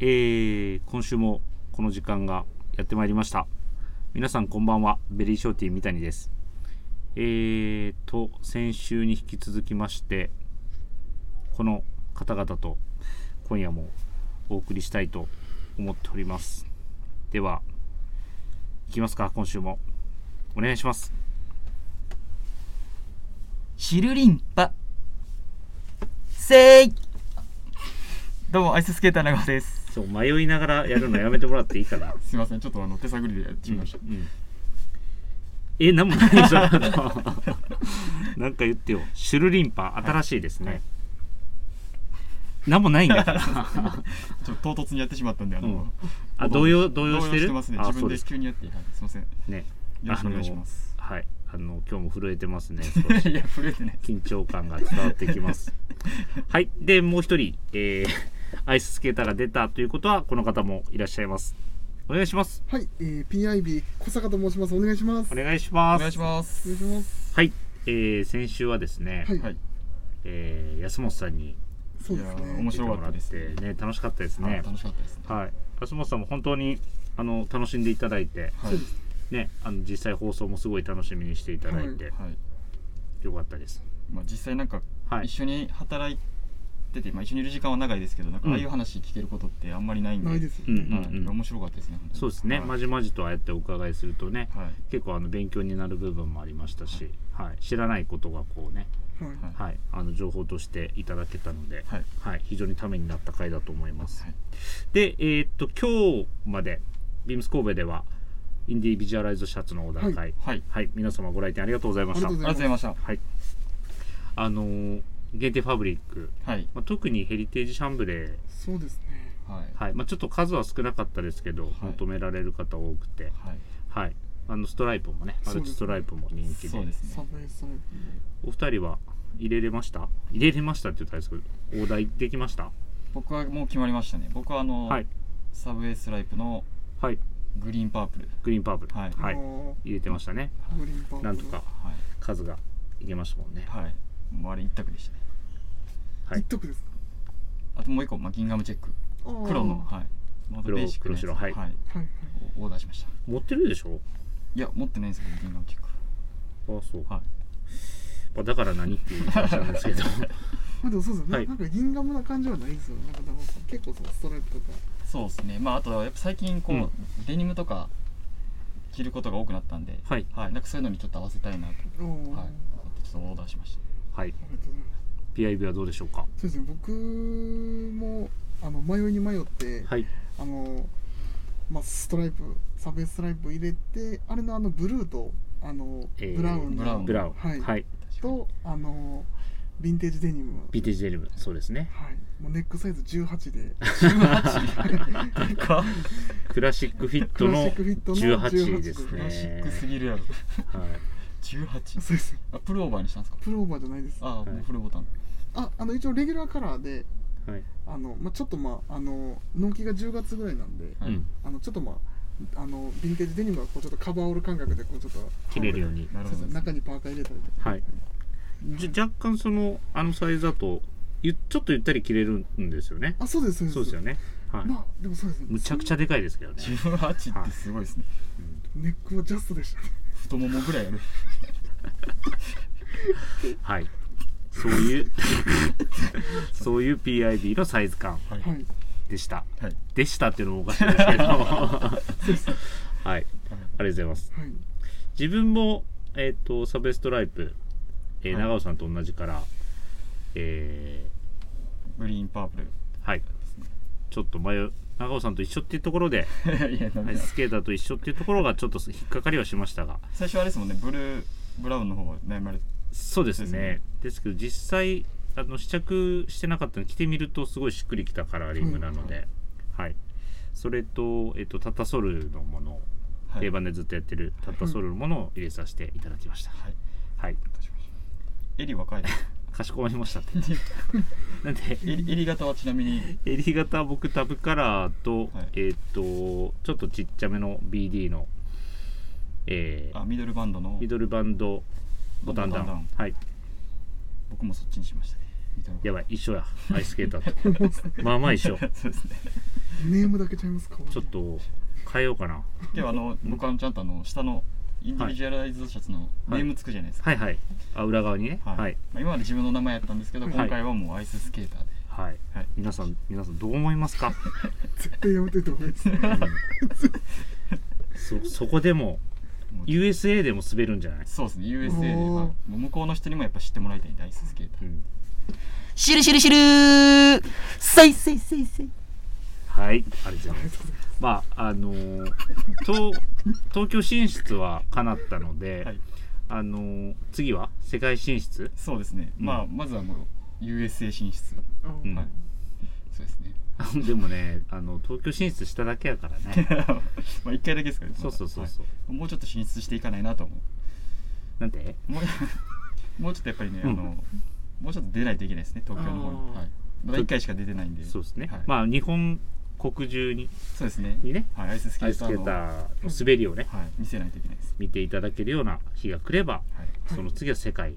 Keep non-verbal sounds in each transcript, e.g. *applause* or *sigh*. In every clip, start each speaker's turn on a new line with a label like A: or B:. A: えー今週もこの時間がやってまいりました皆さんこんばんはベリーショーティー三谷ですえーと先週に引き続きましてこの方々と今夜もお送りしたいと思っておりますではいきますか今週もお願いします
B: シルリンパせーいどうもアイススケーター長尾です
A: そう迷いながらやるのやめてもらっていいかな
B: すいませんちょっとあの手探りでやってみました、
A: うんえなんもないじゃん *laughs* なんか言ってよシュルリンパ新しいですね、
B: はい
A: なんもないんだから *laughs*
B: ちょっと唐突にやってしまったんであの、
A: うんあ動揺動揺してる
B: ますね
A: あ
B: 自
A: そう
B: 分
A: で
B: です急にやって、はい、すいませんよ
A: ね
B: ろしくお願いします
A: あのはいあの今日も震えて *laughs* ますね少し
B: *laughs* いや震えてない
A: 緊張感が伝わってき *laughs* ますはいでもう一人、えーアイススケーターが出たということはこの方もいらっしゃいますお願いします
C: はい、えー、PIB 小坂と申します。お願いします。
A: お
C: お願
A: 願いします
B: お願いします
C: いします。
A: はい、えー先週はですね、
C: はい、
B: はい
A: えー安本さんに
C: そうです
B: いやー
C: ね
B: 面。白かったです
A: 出てもらってね楽しかったですね
B: あ楽しかったですね
A: はい安本さんも本当にあの楽しんでいただいて
B: は
C: そうです
B: い、
A: ねあの実際放送もすごい楽しみにしていただいて、
B: はい
A: よかったです
B: まあ、実際なんか
A: はい
B: 一緒に働いてて、まあ、一緒にいる時間は長いですけどなんか
A: うん
B: ああいう話聞けることってあんまりないんで、
C: ないですよ
A: うんう
C: ね。
A: ん
B: はい
A: うん、
B: 面白かったですね本当に
A: そうですね、
B: はい
A: まじまじとああやってお伺いするとね
B: はい
A: 結構あの勉強になる部分もありましたし、はい、知らないことがこうね、
C: はい。
B: はい
A: はい、あの情報としていただけたので、
B: はい
A: はい、非常にためになった回だと思います
B: はい
A: で、えーっと、今日まで、ビームス神戸では、インディビジュアライズシャツのオーダー会、はい、
B: はい、
A: 皆様ご来店ありがとうございました。
C: ありがとう
B: ありがとうございました
A: はい。あのー限定ファブリック、
B: はい
A: まあ、特にヘリテージシャンブレー、
C: そうですね。
B: はい
A: はい、まあ、ちょっと数は少なかったですけど、
B: はい
A: 求められる方多くて、
B: はい
A: はい。あの、ストライプもね、マルチストライプも人気で、
B: そうです
C: サ
B: ね
C: ブエストライ
A: お二人は入れれました入れれましたって言ったんですけど、オーダーできました
B: 僕はもう決まりましたね僕はあの、
A: はい。
B: サブウェイスライプの
A: はい。
B: グリーンパープル
A: グリーンパープル。
B: はい
C: ブ。
A: はい
C: あ。ー
A: 入れてましたね。
C: グリーンパープル
A: なんとか。
B: はい
A: 数がいけましたもんね。
B: はいもうあれ一択でしたね
A: はい
C: 一徳ですか。
B: あともう一個、まあ、ギンガムチェック
C: あー
B: 黒の
C: は
B: はいまあ
A: 黒
B: ベーシックなやつ
A: 黒白はい
C: いはい。
B: おオーダーしました
A: 持ってるでしょ
B: いや持ってないんですけどギンガムチェック
A: あそう、
B: はい
A: まあ、だから何っていう話なんですけど
B: *laughs*
C: まあでもそうですよ
A: は
C: ね。
A: い
C: なんか銀河ムな感じはないですよね。なんかなんか結構そのストライプとか。
B: そうですねまああとやっぱ最近こう、
A: うん
B: デニムとか着ることが多くなったんで
A: は
B: はいなんかそういうのにちょっと合わせたいなと
C: おー
B: は
C: あ
B: いちょっとオーダーしまし
A: はい
C: りがとうございます。
A: PIB はどうでしょうか
C: そうですね。僕もあの迷いに迷って、
A: はい
C: あのまあストライプサブエストライプ入れて、あれのあのブルーとあの
A: えー
C: ブラウン
B: ブラウ
C: の
B: ン
A: ブラウン
C: はい
A: はい
B: た
C: とあのヴィンテージデニム
A: ビテージデニムそうですね
C: はい、もうネックサイズ18で
A: *laughs*
B: 18か
A: クラシックフィット
C: クラシ
A: の
C: ックフィットの
A: 18
C: 18
A: です
B: クラシッ
A: ね
B: クすぎるやろ
A: はい
B: 18
C: そうです
B: あプルオーバーにしたんですか
C: プルオーバーじゃないですあ
B: ああ、
A: はい
B: フルボタン
C: あの一応レギュラーカラーで
A: はい、
C: あの、まあ、ちょっとまああの納期が10月ぐらいなんで
B: はい
A: うん
C: あのちょっとまああのヴィンテージデニムはこうちょっとカバーオール感覚でこうちょっと
A: 切れるように
B: なる
C: そう
B: ほ
C: そ
B: ど
C: う中にパーカー入れたりとか
A: はいじゃ若干そのあのサイズだとゆちょっとゆったり切れるんですよね
C: あそうですそうです
A: そうですよねはい、
C: まあでもそうですね
A: むちゃくちゃでかいですけどね
B: 18ってすごいですね
C: ネックはジャストでしたね
B: 太ももぐらいある
A: はいそういう *laughs* そういう PIB のサイズ感
B: はい
C: は
B: はい
C: い
A: でした
B: はい
A: でしたっていうのもおかしいです
C: *laughs*
A: けどはいありがとうございます
C: はい
A: 自分も、えー、とサブエストライプ、えー
B: はい
A: 長尾さんと同じからえ
B: グリーンパープル
A: ーはいちょっと迷う長尾さんと一緒っていうところで
B: ですね *laughs* いやな
A: ア
B: んか
A: イススケーターと一緒っていうところがちょっと引っかかりはしましたが
B: 最初あれですもんねブルーブラウンの方が悩まれて
A: そうですね
B: で
A: です
B: すね
A: けど実際あの試着してなかったの着てみるとすごいしっくりきたカラーリングなので、はいそれと,、えー、とタタソルのもの
B: はい
A: 定番でずっとやってるタッタソルのものを入れさせていただきました。
B: はい
A: はい、
B: 確かに襟若い *laughs* です
A: かしこまりましたって。 *laughs* なんで、
B: 襟襟型はちなみに
A: 襟型は僕タブカラーと、
B: はい
A: えーっ、と、ちょっとちっちゃめの BD の、えー
B: あミドルバンドの
A: ミドルバンドボタンダウン。
B: ボタン
A: はい、
B: 僕もそっちにしましたねミドルバンド *laughs*
A: やばい、一緒や、アイススケーターと。まあまあ一緒。
B: そうですね
C: ネームだけちゃいますか
A: ちょっと変えようかな
B: 今日はあの僕はちゃんとあの下のインディビジュアライズドシャツのネームつくじゃないですか、
A: はいはいあ裏側にねはい、はい
B: まあ、今まで自分の名前やったんですけど
A: はい
B: 今回はもうアイススケーターで、はい
A: 皆さん皆さんどう思いますか、 *laughs*
C: 絶対やめといた方がいいですね
A: うんそそこでも
B: もう
A: USA でも滑るんじゃない、
B: そうですね USA で、まあ
C: おー
B: もう向こうの人にもやっぱ知ってもらいたいんでアイススケータ
A: う
B: ー、
A: ん
D: シュルシュルシュルせいせいせいせい
A: はいありがとうござい
C: あ
A: ま
C: り
A: す
C: がとうございます
A: まああのー東東京進出は叶ったので、
B: はい
A: あのー次は世界進出
B: そうですね、
A: うん
B: まあまずはもう USA 進出
C: あの
A: うん
B: はいそうですね
A: *laughs*
B: *laughs*
A: でもねあの東京進出しただけやから
B: *laughs*
A: ね
B: まあ一回だけですからね
A: そうそうそうそう、
B: はいもうちょっと進出していかないなと思
A: なんて
B: うもう *laughs* もうちょっとやっぱりね、
A: うん
B: あのもうちょっと出ないといけないですね東京の方に
C: あー
B: はいまだ1回しか出てないんで
A: そうですね、
B: はい
A: まあ日本国中に
B: そうですね
A: にね
B: はい、アイススケ
A: アイ
B: ー
A: ス
B: タ
A: スケ
B: ー
A: ー
B: の
A: ターの滑りをね、
B: はい、見せないといけないです
A: 見ていただけるような日が来れば
B: はい、
A: その次は世界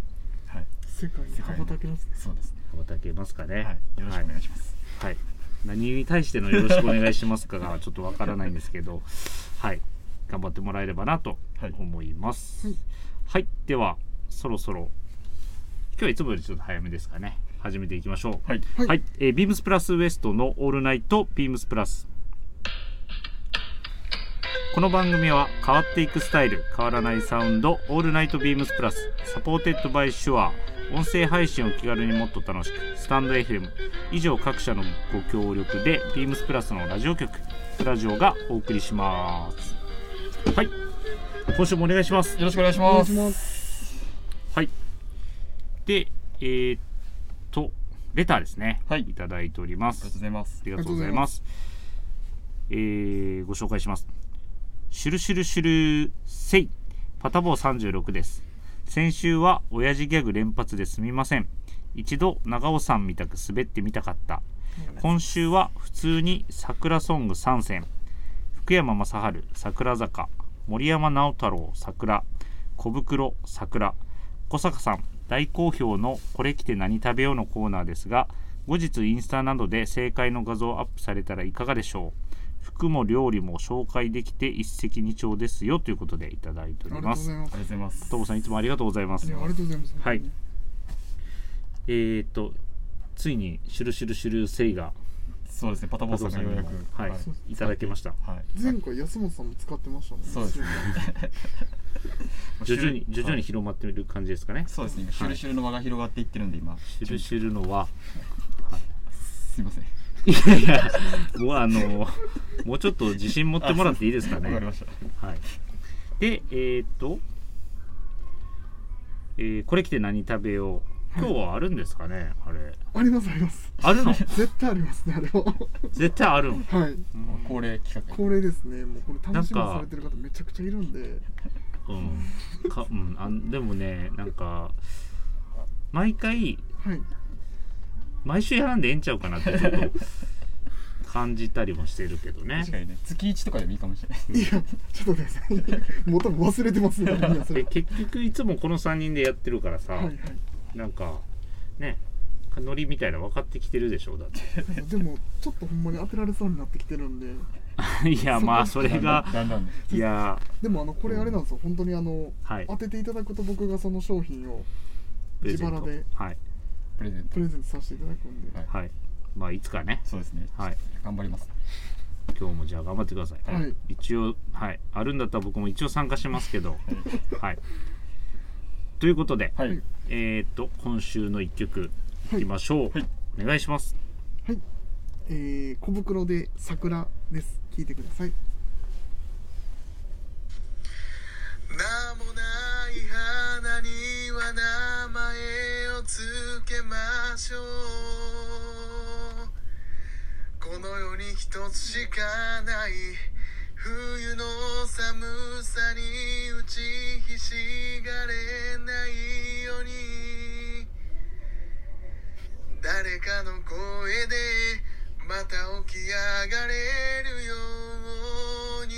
B: はい、
C: 世界に羽ばたけますね
B: そうですね
A: 羽ばたけますかね、
B: はい、よろしくお願いします、
A: はい、何に対してのよろしくお願いしますかがちょっとわからないんですけど、はい、頑張ってもらえればなと
B: はい
A: 思います。は
C: はい
A: い、ではそろそろ今日はいつもよりちょっと早めですかね。始めていきましょう。
B: はい、
A: は、
C: はいい
A: えービームスプラスウエストのオールナイトビームスプラス。この番組は変わっていくスタイル変わらないサウンドオールナイトビームスプラスサポーテッドバイシュア音声配信を気軽にもっと楽しくスタンド FM 以上各社のご協力でビームスプラスのラジオ局プラジオがお送りしますはい今週もお願いします
B: よろしくお願いし
C: お願
B: ま
C: いし
B: す
C: ます
A: はいでえー、っとレターですね
B: はい
A: いただいておりま
B: あり
A: す
B: がとうございます
A: ありがとうございます。えーご紹介します。シュルシュルシュルセイパタボー36です。先週は親父ギャグ連発ですみません。一度長尾さんみたく滑ってみたかった。今週は普通に桜ソング参戦。福山雅治、桜坂、森山直太朗、桜、小袋、桜、小坂さん、大好評のこれ来て何食べようのコーナーですが、後日インスタなどで正解の画像をアップされたらいかがでしょう服も料理も紹介できて一石二鳥ですよということでいただいてお
C: あ
A: り
C: りがとう
A: ま
C: ござ
A: す
C: います
B: ありがとうございます
A: トモさんいつもありがとうございます
C: いやありがとうございます
A: はいえー、っとついにシュルシュルシュルセイが
B: そうですねパタボーさんがようやく
A: はい、い、ただきました
B: はい
C: 前回安本さんも使ってましたもんね
B: そうですね
A: 徐々に徐々に
B: はい
A: 広まっている感じですかね、
B: そうですね今シュルシュルの輪が広がっていってるんで今
A: シュルシュルのは
B: すいません
A: いやいやもうあの *laughs* もうちょっと自信持ってもらっていいですか
B: わ
A: ね
B: かりました
A: はい、でえー、っと、えーこれ来て何食べよう今日はあるんですかねあれ
C: ありますあります
A: あ
B: *laughs*
A: るの
C: 絶対ありますねあれは
A: 絶対あるの
C: はい
B: 恒例企画
C: 恒例ですねもうこれ楽しみにされてる方めちゃくちゃいるんで
A: うんか、うん、あんでもねなんか毎回
C: はい
A: 毎週やらんでええんちゃうかなってちょっと *laughs* 感じたりもしてるけどね
B: 確かにね月一とかでもいいかもしれない
C: いやちょっと待ってくださいもう多分忘れてますねみんなそれ
A: で
C: は
A: 結局いつもこの3人でやってるからさ、
C: いはい
A: なんかねノリみたいなの分かってきてるでしょだって
C: でもちょっとほんまに当てられそうになってきてるんで
A: *laughs* いやまあそれが
B: だんだんだんだん
A: いや
C: でもあのこれあれなんですよ本当にあの
A: はい
C: 当てていただくと僕がその商品を
A: プレゼント
C: 自腹で
A: はい
B: プレゼント
C: プレゼントさせていただくんで
B: はい
A: はいまあいつかね
B: そうですね
A: はい
B: 頑張ります
A: 今日もじゃあ頑張ってください、
C: はい
A: 一応はいあるんだったら僕も一応参加しますけ
C: *laughs*
A: どはいということで、
B: はい
A: えー、っと今週の一曲いきましょう、
B: はい
A: お願いします
C: えー、小袋で桜です聞いてください
E: 名もない花には名前をつけましょうこの世に一つしかない冬の寒さに打ちひしがれないように誰かの声でまた起き上がれるように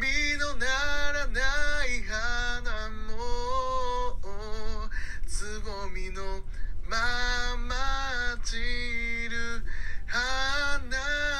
E: 実のならない花もつぼみのまま散る花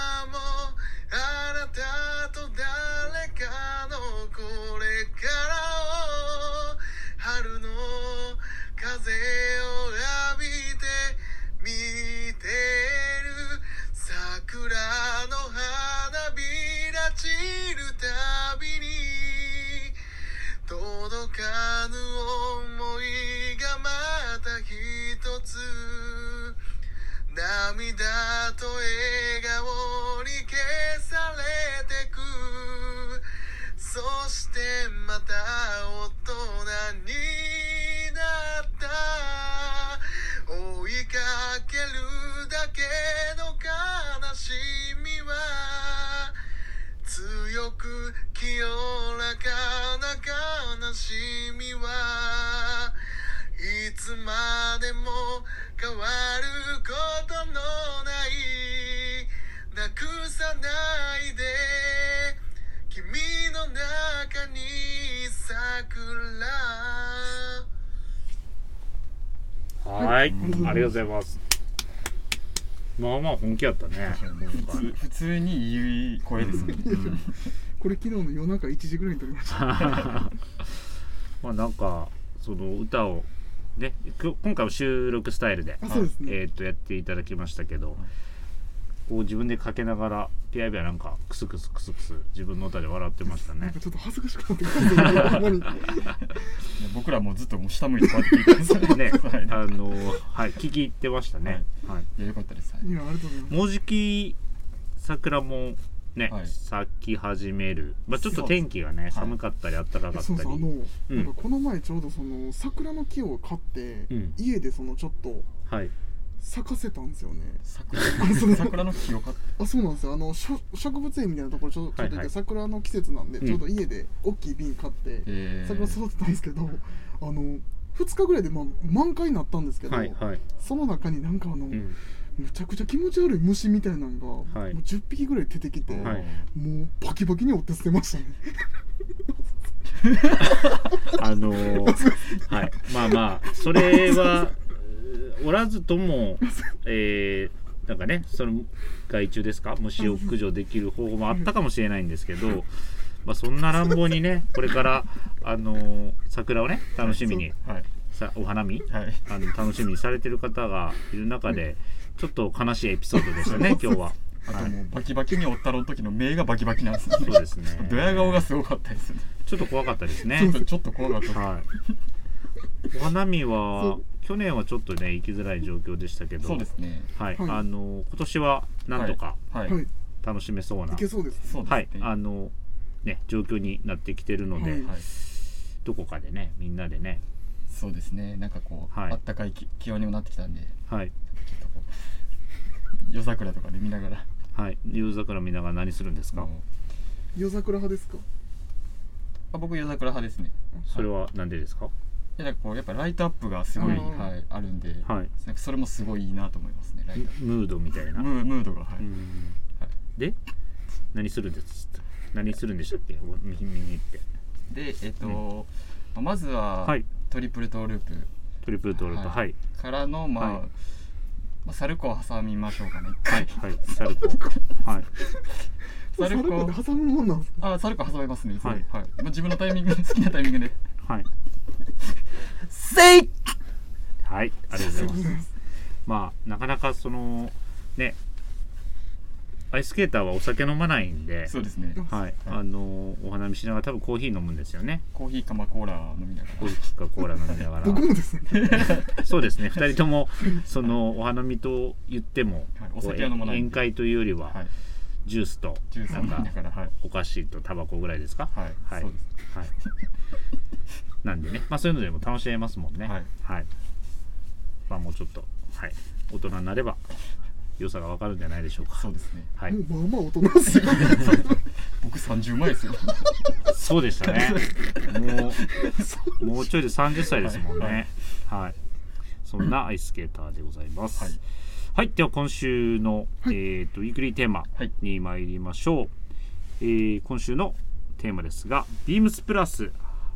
E: 涙と笑顔に消されてくそしてまた大人になった追いかけるだけの悲しみは強く清らかな悲しみはいつまでも変わることのないなくさないで君の中に桜
A: はい、ありがとうございます。まあまあ本気やったね。
B: 普通普通にいい声ですね、
C: これ昨日の夜中1時ぐらいに撮りま
A: *laughs*
C: した。
A: まあなんかその歌をねきょ今回は収録スタイルで、
C: あ、そうですね。
A: えーっとやっていただきましたけど、こう自分でかけながら PIB はなんかクスクスクスクス自分の歌で笑ってました
C: なん
A: ね
C: か。ちょっと恥ずかしくなってきたんですけどほんまに、
B: 僕らもうずっともう下向いてこうやって聞いてま
A: *laughs*
B: す
A: ね
B: *laughs* はい、い
A: あのはい聞き入ってましたね。はい。
B: やよかったです、はい
C: いや、ありがとうございます。
A: もうじき桜もね、
B: はい
A: 咲き始める、まあ、ちょっと
B: そうです
A: 天気がね、
B: い
A: 寒かったり暖か
C: い
A: か
C: や
A: っ
C: そう
A: た
C: そうあ
A: り
C: の、
A: うん
C: なんかこの前ちょうどその桜の木を買って、
A: うん
C: 家でそのちょっと
A: はい
C: 咲かせたんですよね
B: 桜
C: そうだ
B: 桜の木を買って
C: あそうなんですよあのしょ植物園みたいなところちょちょっと行って、
A: はいはい
C: 桜の季節なんで、
A: うん
C: ちょうど家で大きい瓶買って、
B: え
C: 桜
B: ー
C: 育てたんですけどあの2日ぐらいで、まあ、満開になったんですけど、
A: はいはい、
C: その中になんかあの、
A: うん
C: むちゃくちゃ気持ち悪い虫みたいなのが、
A: はい
C: もう10匹ぐらい出てきて、
A: はい
C: もうバキバキに折って捨てましたね
A: あのーはいまあまあそれはうーおらずともえーなんかねその害虫ですか虫を駆除できる方法もあったかもしれないんですけど、まあ、そんな乱暴にねこれからあのー桜をね楽しみに
B: はい
A: さお花見
B: はい
A: あの楽しみにされてる方がいる中で、ちょっと悲しいエピソードでしたね、今日は。
B: あともうバキバキにおったろの時の目がバキバキなんですね
A: そうですね。
B: ドヤ顔がすごかったですね
A: ちょっと怖かったです
B: ちょ
A: ね
B: っ。とちょっと怖かったです
A: はい。お花見は
C: そう
A: 去年はちょっとね行きづらい状況でしたけど、
B: そうですね
A: はい、
C: はい
A: あの今年はなんとか
B: はい、
C: はい
A: 楽しめそうな、
C: いけそうです
B: そうですね
A: はい、あのね状況になってきてるので、
C: はい
B: はい
A: どこかでねみんなでね、
B: そうですねなんかこう、
A: はい
B: あったかい気気温にもなってきたんで
A: はい
B: ちょっとこう夜桜とかで見ながら
A: はい夕桜見ながら何するんですか。
B: あの
C: 夜桜派ですか
B: あ僕夜桜派ですね
A: それはなんでですか。
B: いやなんかこうやっぱライトアップがすごい、
C: あー
B: はい、あるんで、
A: はい。
B: なんかそれもすごいいいなと思いますねライトアッ
A: ムードみたい
B: プ
A: な。
B: ムームードがはい、
A: うん
B: はい
A: で何するんです何するんでしたっけお右右に行って
B: でえっと、
A: うん
B: まあまずは、
A: はい
B: トリプルトーループ
A: トリプルトールとは
B: はいからのまあ、
A: はい
B: まあ、サルコを挟みましょうかね一回
A: はいサルコはい
B: サルコ
C: で挟むもんなんですか
B: あサルコ挟めますねいつも
A: は
B: はいい、まあ、自分のタイミング *laughs* 好きなタイミングで
A: はい
D: せい
A: はいありがとうございます
C: すいま
A: まあなかなかそのねアイススケーターはお酒飲まないんで
B: そうですね
A: はいあのお花見しながら多分コーヒー飲むんですよね
B: コーヒーかまあコーラ飲みなが
A: コーヒーかコーラ飲みなが
C: 僕
A: ら
C: もですね
A: そうですね2人ともそのお花見と言っても
B: は
A: こ
B: い
A: う
B: お酒は飲まない
A: 宴会というより
B: らは
A: はいジュースと
B: ジュース飲みながらはい
A: お菓子とタバコぐらいですか
B: はい、
A: はい
B: そうです
A: はい、 *laughs* なんでね、まあ、そういうのでも楽しめますもんね。
B: はい、
A: まあ、もうちょっと、はい、大人になれば、良さがわかるんじゃないでしょうか。
B: そうですね
A: はい、
C: もうまあまあ大人ですよ
B: 僕30
A: *laughs*
B: 前ですよ
A: そうでしたね。もう、もうちょいで30歳ですもんね。はい。そんなアイススケーターでございます。は
B: はいい、
A: では今週の、えっ、と、ウィークリーテーマ
B: はい
A: に参りましょう。えー今週のテーマですが、ビームスプラス、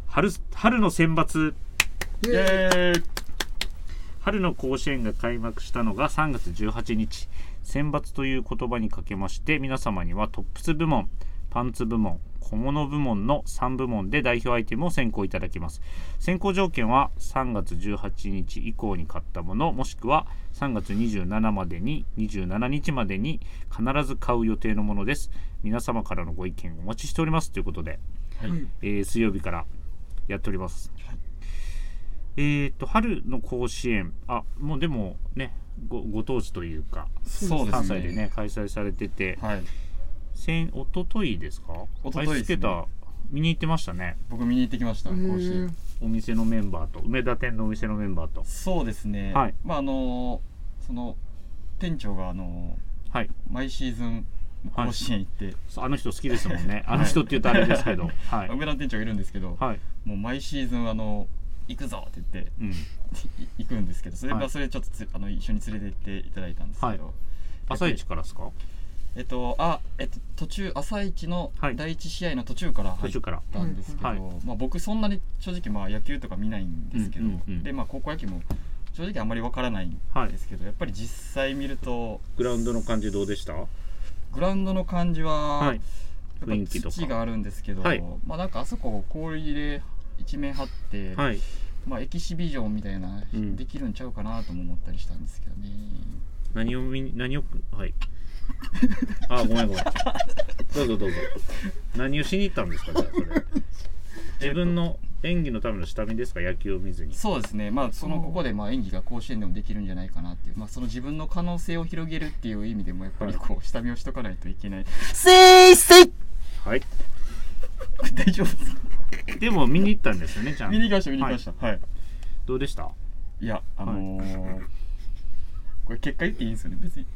A: 春、春の選抜。
B: イエーイ
A: 春の甲子園が開幕したのが3月18日選抜という言葉にかけまして皆様にはトップス部門パンツ部門小物部門の3部門で代表アイテムを選考いただきます選考条件は3月18日以降に買ったものもしくは3月27までに27日までに必ず買う予定のものです皆様からのご意見お待ちしておりますということで
B: はい
A: えー水曜日からやっております、
B: はい
A: えー、と春の甲子園、あもうでもね、ごご当地というか、
B: そうで
A: 関
B: す
A: 西
B: ね
A: でね、開催されてて、
B: はい
A: 先一昨日ですか、
B: 一昨日ですね
A: 愛してた、見に行ってましたね、
B: 僕見に行ってきました甲子
C: へー
B: 園
A: お店のメンバーと、梅田店のお店のメンバーと。
B: そうですね、
A: はい
B: まああのその店長があの
A: はい、
B: 毎シーズン
A: はい
B: 甲子園行って、
A: あの人好きですもんね、あの人って言うとあれですけど、 *laughs* はい、
B: 上田店長がいるんですけど、
A: はい、
B: もう毎シーズンあの行くぞって言って
A: うん、
B: い行くんですけどそれ,、
A: はい
B: それちょっとつあの一緒に連れて行っていただいたんですけど、
A: は朝一からですか、
B: えっとあえっと途中朝一の
A: はい
B: 第一試合の途中から
A: 途
B: 入っ
A: 中から。
B: たんですけど、
A: はい
B: まあ、僕そんなに正直まあ野球とか見ないんですけど、
A: うんうんうん
B: でまあ高校野球も正直あんまりわからないん
A: はい
B: ですけど、やっぱり実際見ると
A: グラウンドの感じどうでした？
B: グラウンドの感じは、
A: はい、
B: やっぱ
A: 雰囲気とか
B: 土があるんですけど、
A: はい
B: まあなんかあそこ氷で一面張って、
A: はい、
B: まあエキシビジョンみたいな、
A: うん
B: できるんちゃうかなとも思ったりしたんですけどね。
A: 何を見に何をはい。あごめんごめん。どうぞどうぞ。何をしに行ったんですかじゃあそれ。自分の演技のための下見ですか野球を見ずに。
B: そうですね、まあ、その
C: うん
B: ここでまあ演技が甲子園でもできるんじゃないかなっていう、まあ、その自分の可能性を広げるっていう意味でも、やっぱりこう下見をしとかないといけない、 *laughs*
D: せいせい
A: はい。
B: 大丈夫ですか
A: でも見に行ったんですよねちゃん
B: 見
A: と
B: に行きました、見に行きました、はい、い、
A: どうでした？
B: や、あのーこれ、結果言っていいんですよね、別に、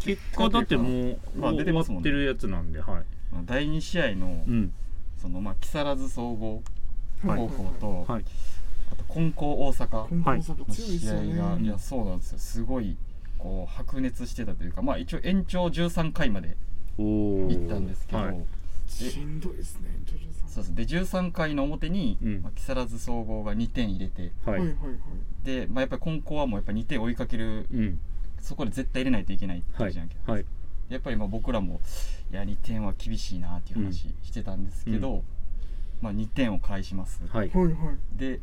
A: 結果だってもう、
B: まあ出て
A: 終わ
B: ま
A: っ
B: すもん
A: て
B: ね
A: るやつなんではい。
B: まあ第2試合の
A: うん。
B: その、まあ、木更津総合
A: はい
B: 高校と、
A: はい。
B: あと金光大阪
C: 今後大阪
B: の
C: 強いです
B: 試合
C: よね。
B: が、い
A: うん
B: や、そうなんですよ、すごいこう白熱してたというか、まあ、一応、延長13回まで
A: おお。
B: 行ったんですけど。
A: はい
C: しんどいですね、ジョジョさ
B: そうですで13回の表に、
A: うん
B: まあ木更津総合が2点入れて
C: ん。
A: は
C: はいはい
A: い。
C: はい。
B: で、まあ、やっぱり金光はもうやっぱ2点追いかける
A: うん。
B: そこで絶対入れないといけないって
A: は
B: 感
A: い
B: じなんけど、
A: はい。
B: やっぱりまあ僕らもいや2点は厳しいなっていう話してたんですけど、まあ、2点を返します、
A: はい。
C: はいはい。
B: で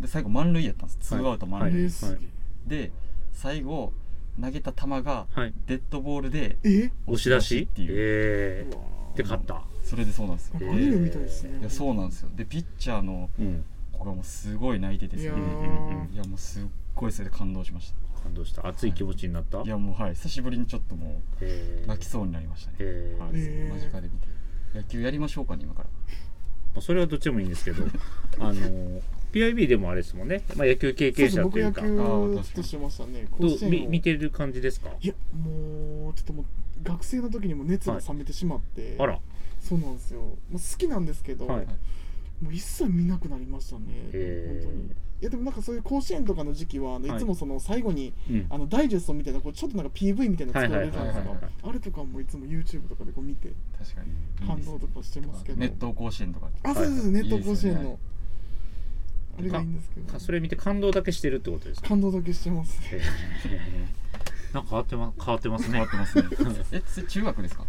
B: で最後満塁やったんです2アウト満
A: は
B: 塁、
A: い
C: えーすげ
B: で最後投げた球が
A: はい。
B: デッドボールで
C: え。
A: 押し出し
B: っていう
A: え
C: え
A: え
C: うわ
A: ー。で勝った。
B: それでそうなんですよ、
C: ー。アニメみたいですね。
B: いやそうなんですよでピッチャーの
A: うん。
B: 子がもうすごい泣いてて
C: い
B: です
C: や
B: ね
A: うんうんうん
C: ー
B: いやもうすっごいそれで感動しました
A: 感動した。熱い気持ちになった。
B: いやもうはい久しぶりにちょっとも
A: え
B: う
A: ー
B: 泣きそうになりましたね、
A: えー
B: はい
C: えー
B: 間近で見て野球やりましょうかね今から
A: まあ、それはどっちでもいいんですけ
C: *laughs*
A: どあの PIB でもあれですもんね、まあ、野球経
C: そう
A: 験
C: そ
A: 者
C: う僕
A: とい
C: 野
A: うか
C: 球
B: あー確
C: ち
B: かに
C: ょっとしてましたね。
A: ど
C: 甲子
A: うみ
C: 園を
A: 見てる感じですか
C: いやもうちょっともう学生の時にも熱が冷めてしまって、
A: あら、
C: そうなんですよ、まあ、好きなんですけど、
A: はい
C: もう一切見なくなりましたね、
A: へー
C: 本当にいやでもなんかそういう甲子園とかの時期はあの
A: はい
C: いつもその最後に、
A: うん、
C: あのダイジェストみたいなこうちょっとなんか PV みたいなの作られるじゃないですか
B: はいはいはい
C: あれとかもいつも YouTube とかでこう見て
B: 確かにいい
C: 感
B: です
C: 動
B: ね
C: とかしてますけど、
B: ネット甲子園とか
C: あそうですネット甲子園の
B: いいですよね
C: あれがいいんですけど
A: かそれ見て感動だけしてるってことですか、
C: 感動だけしてますね
A: えーなんか変わってま変わってます
B: 変
A: ね
B: わってますねえそれ中学ですか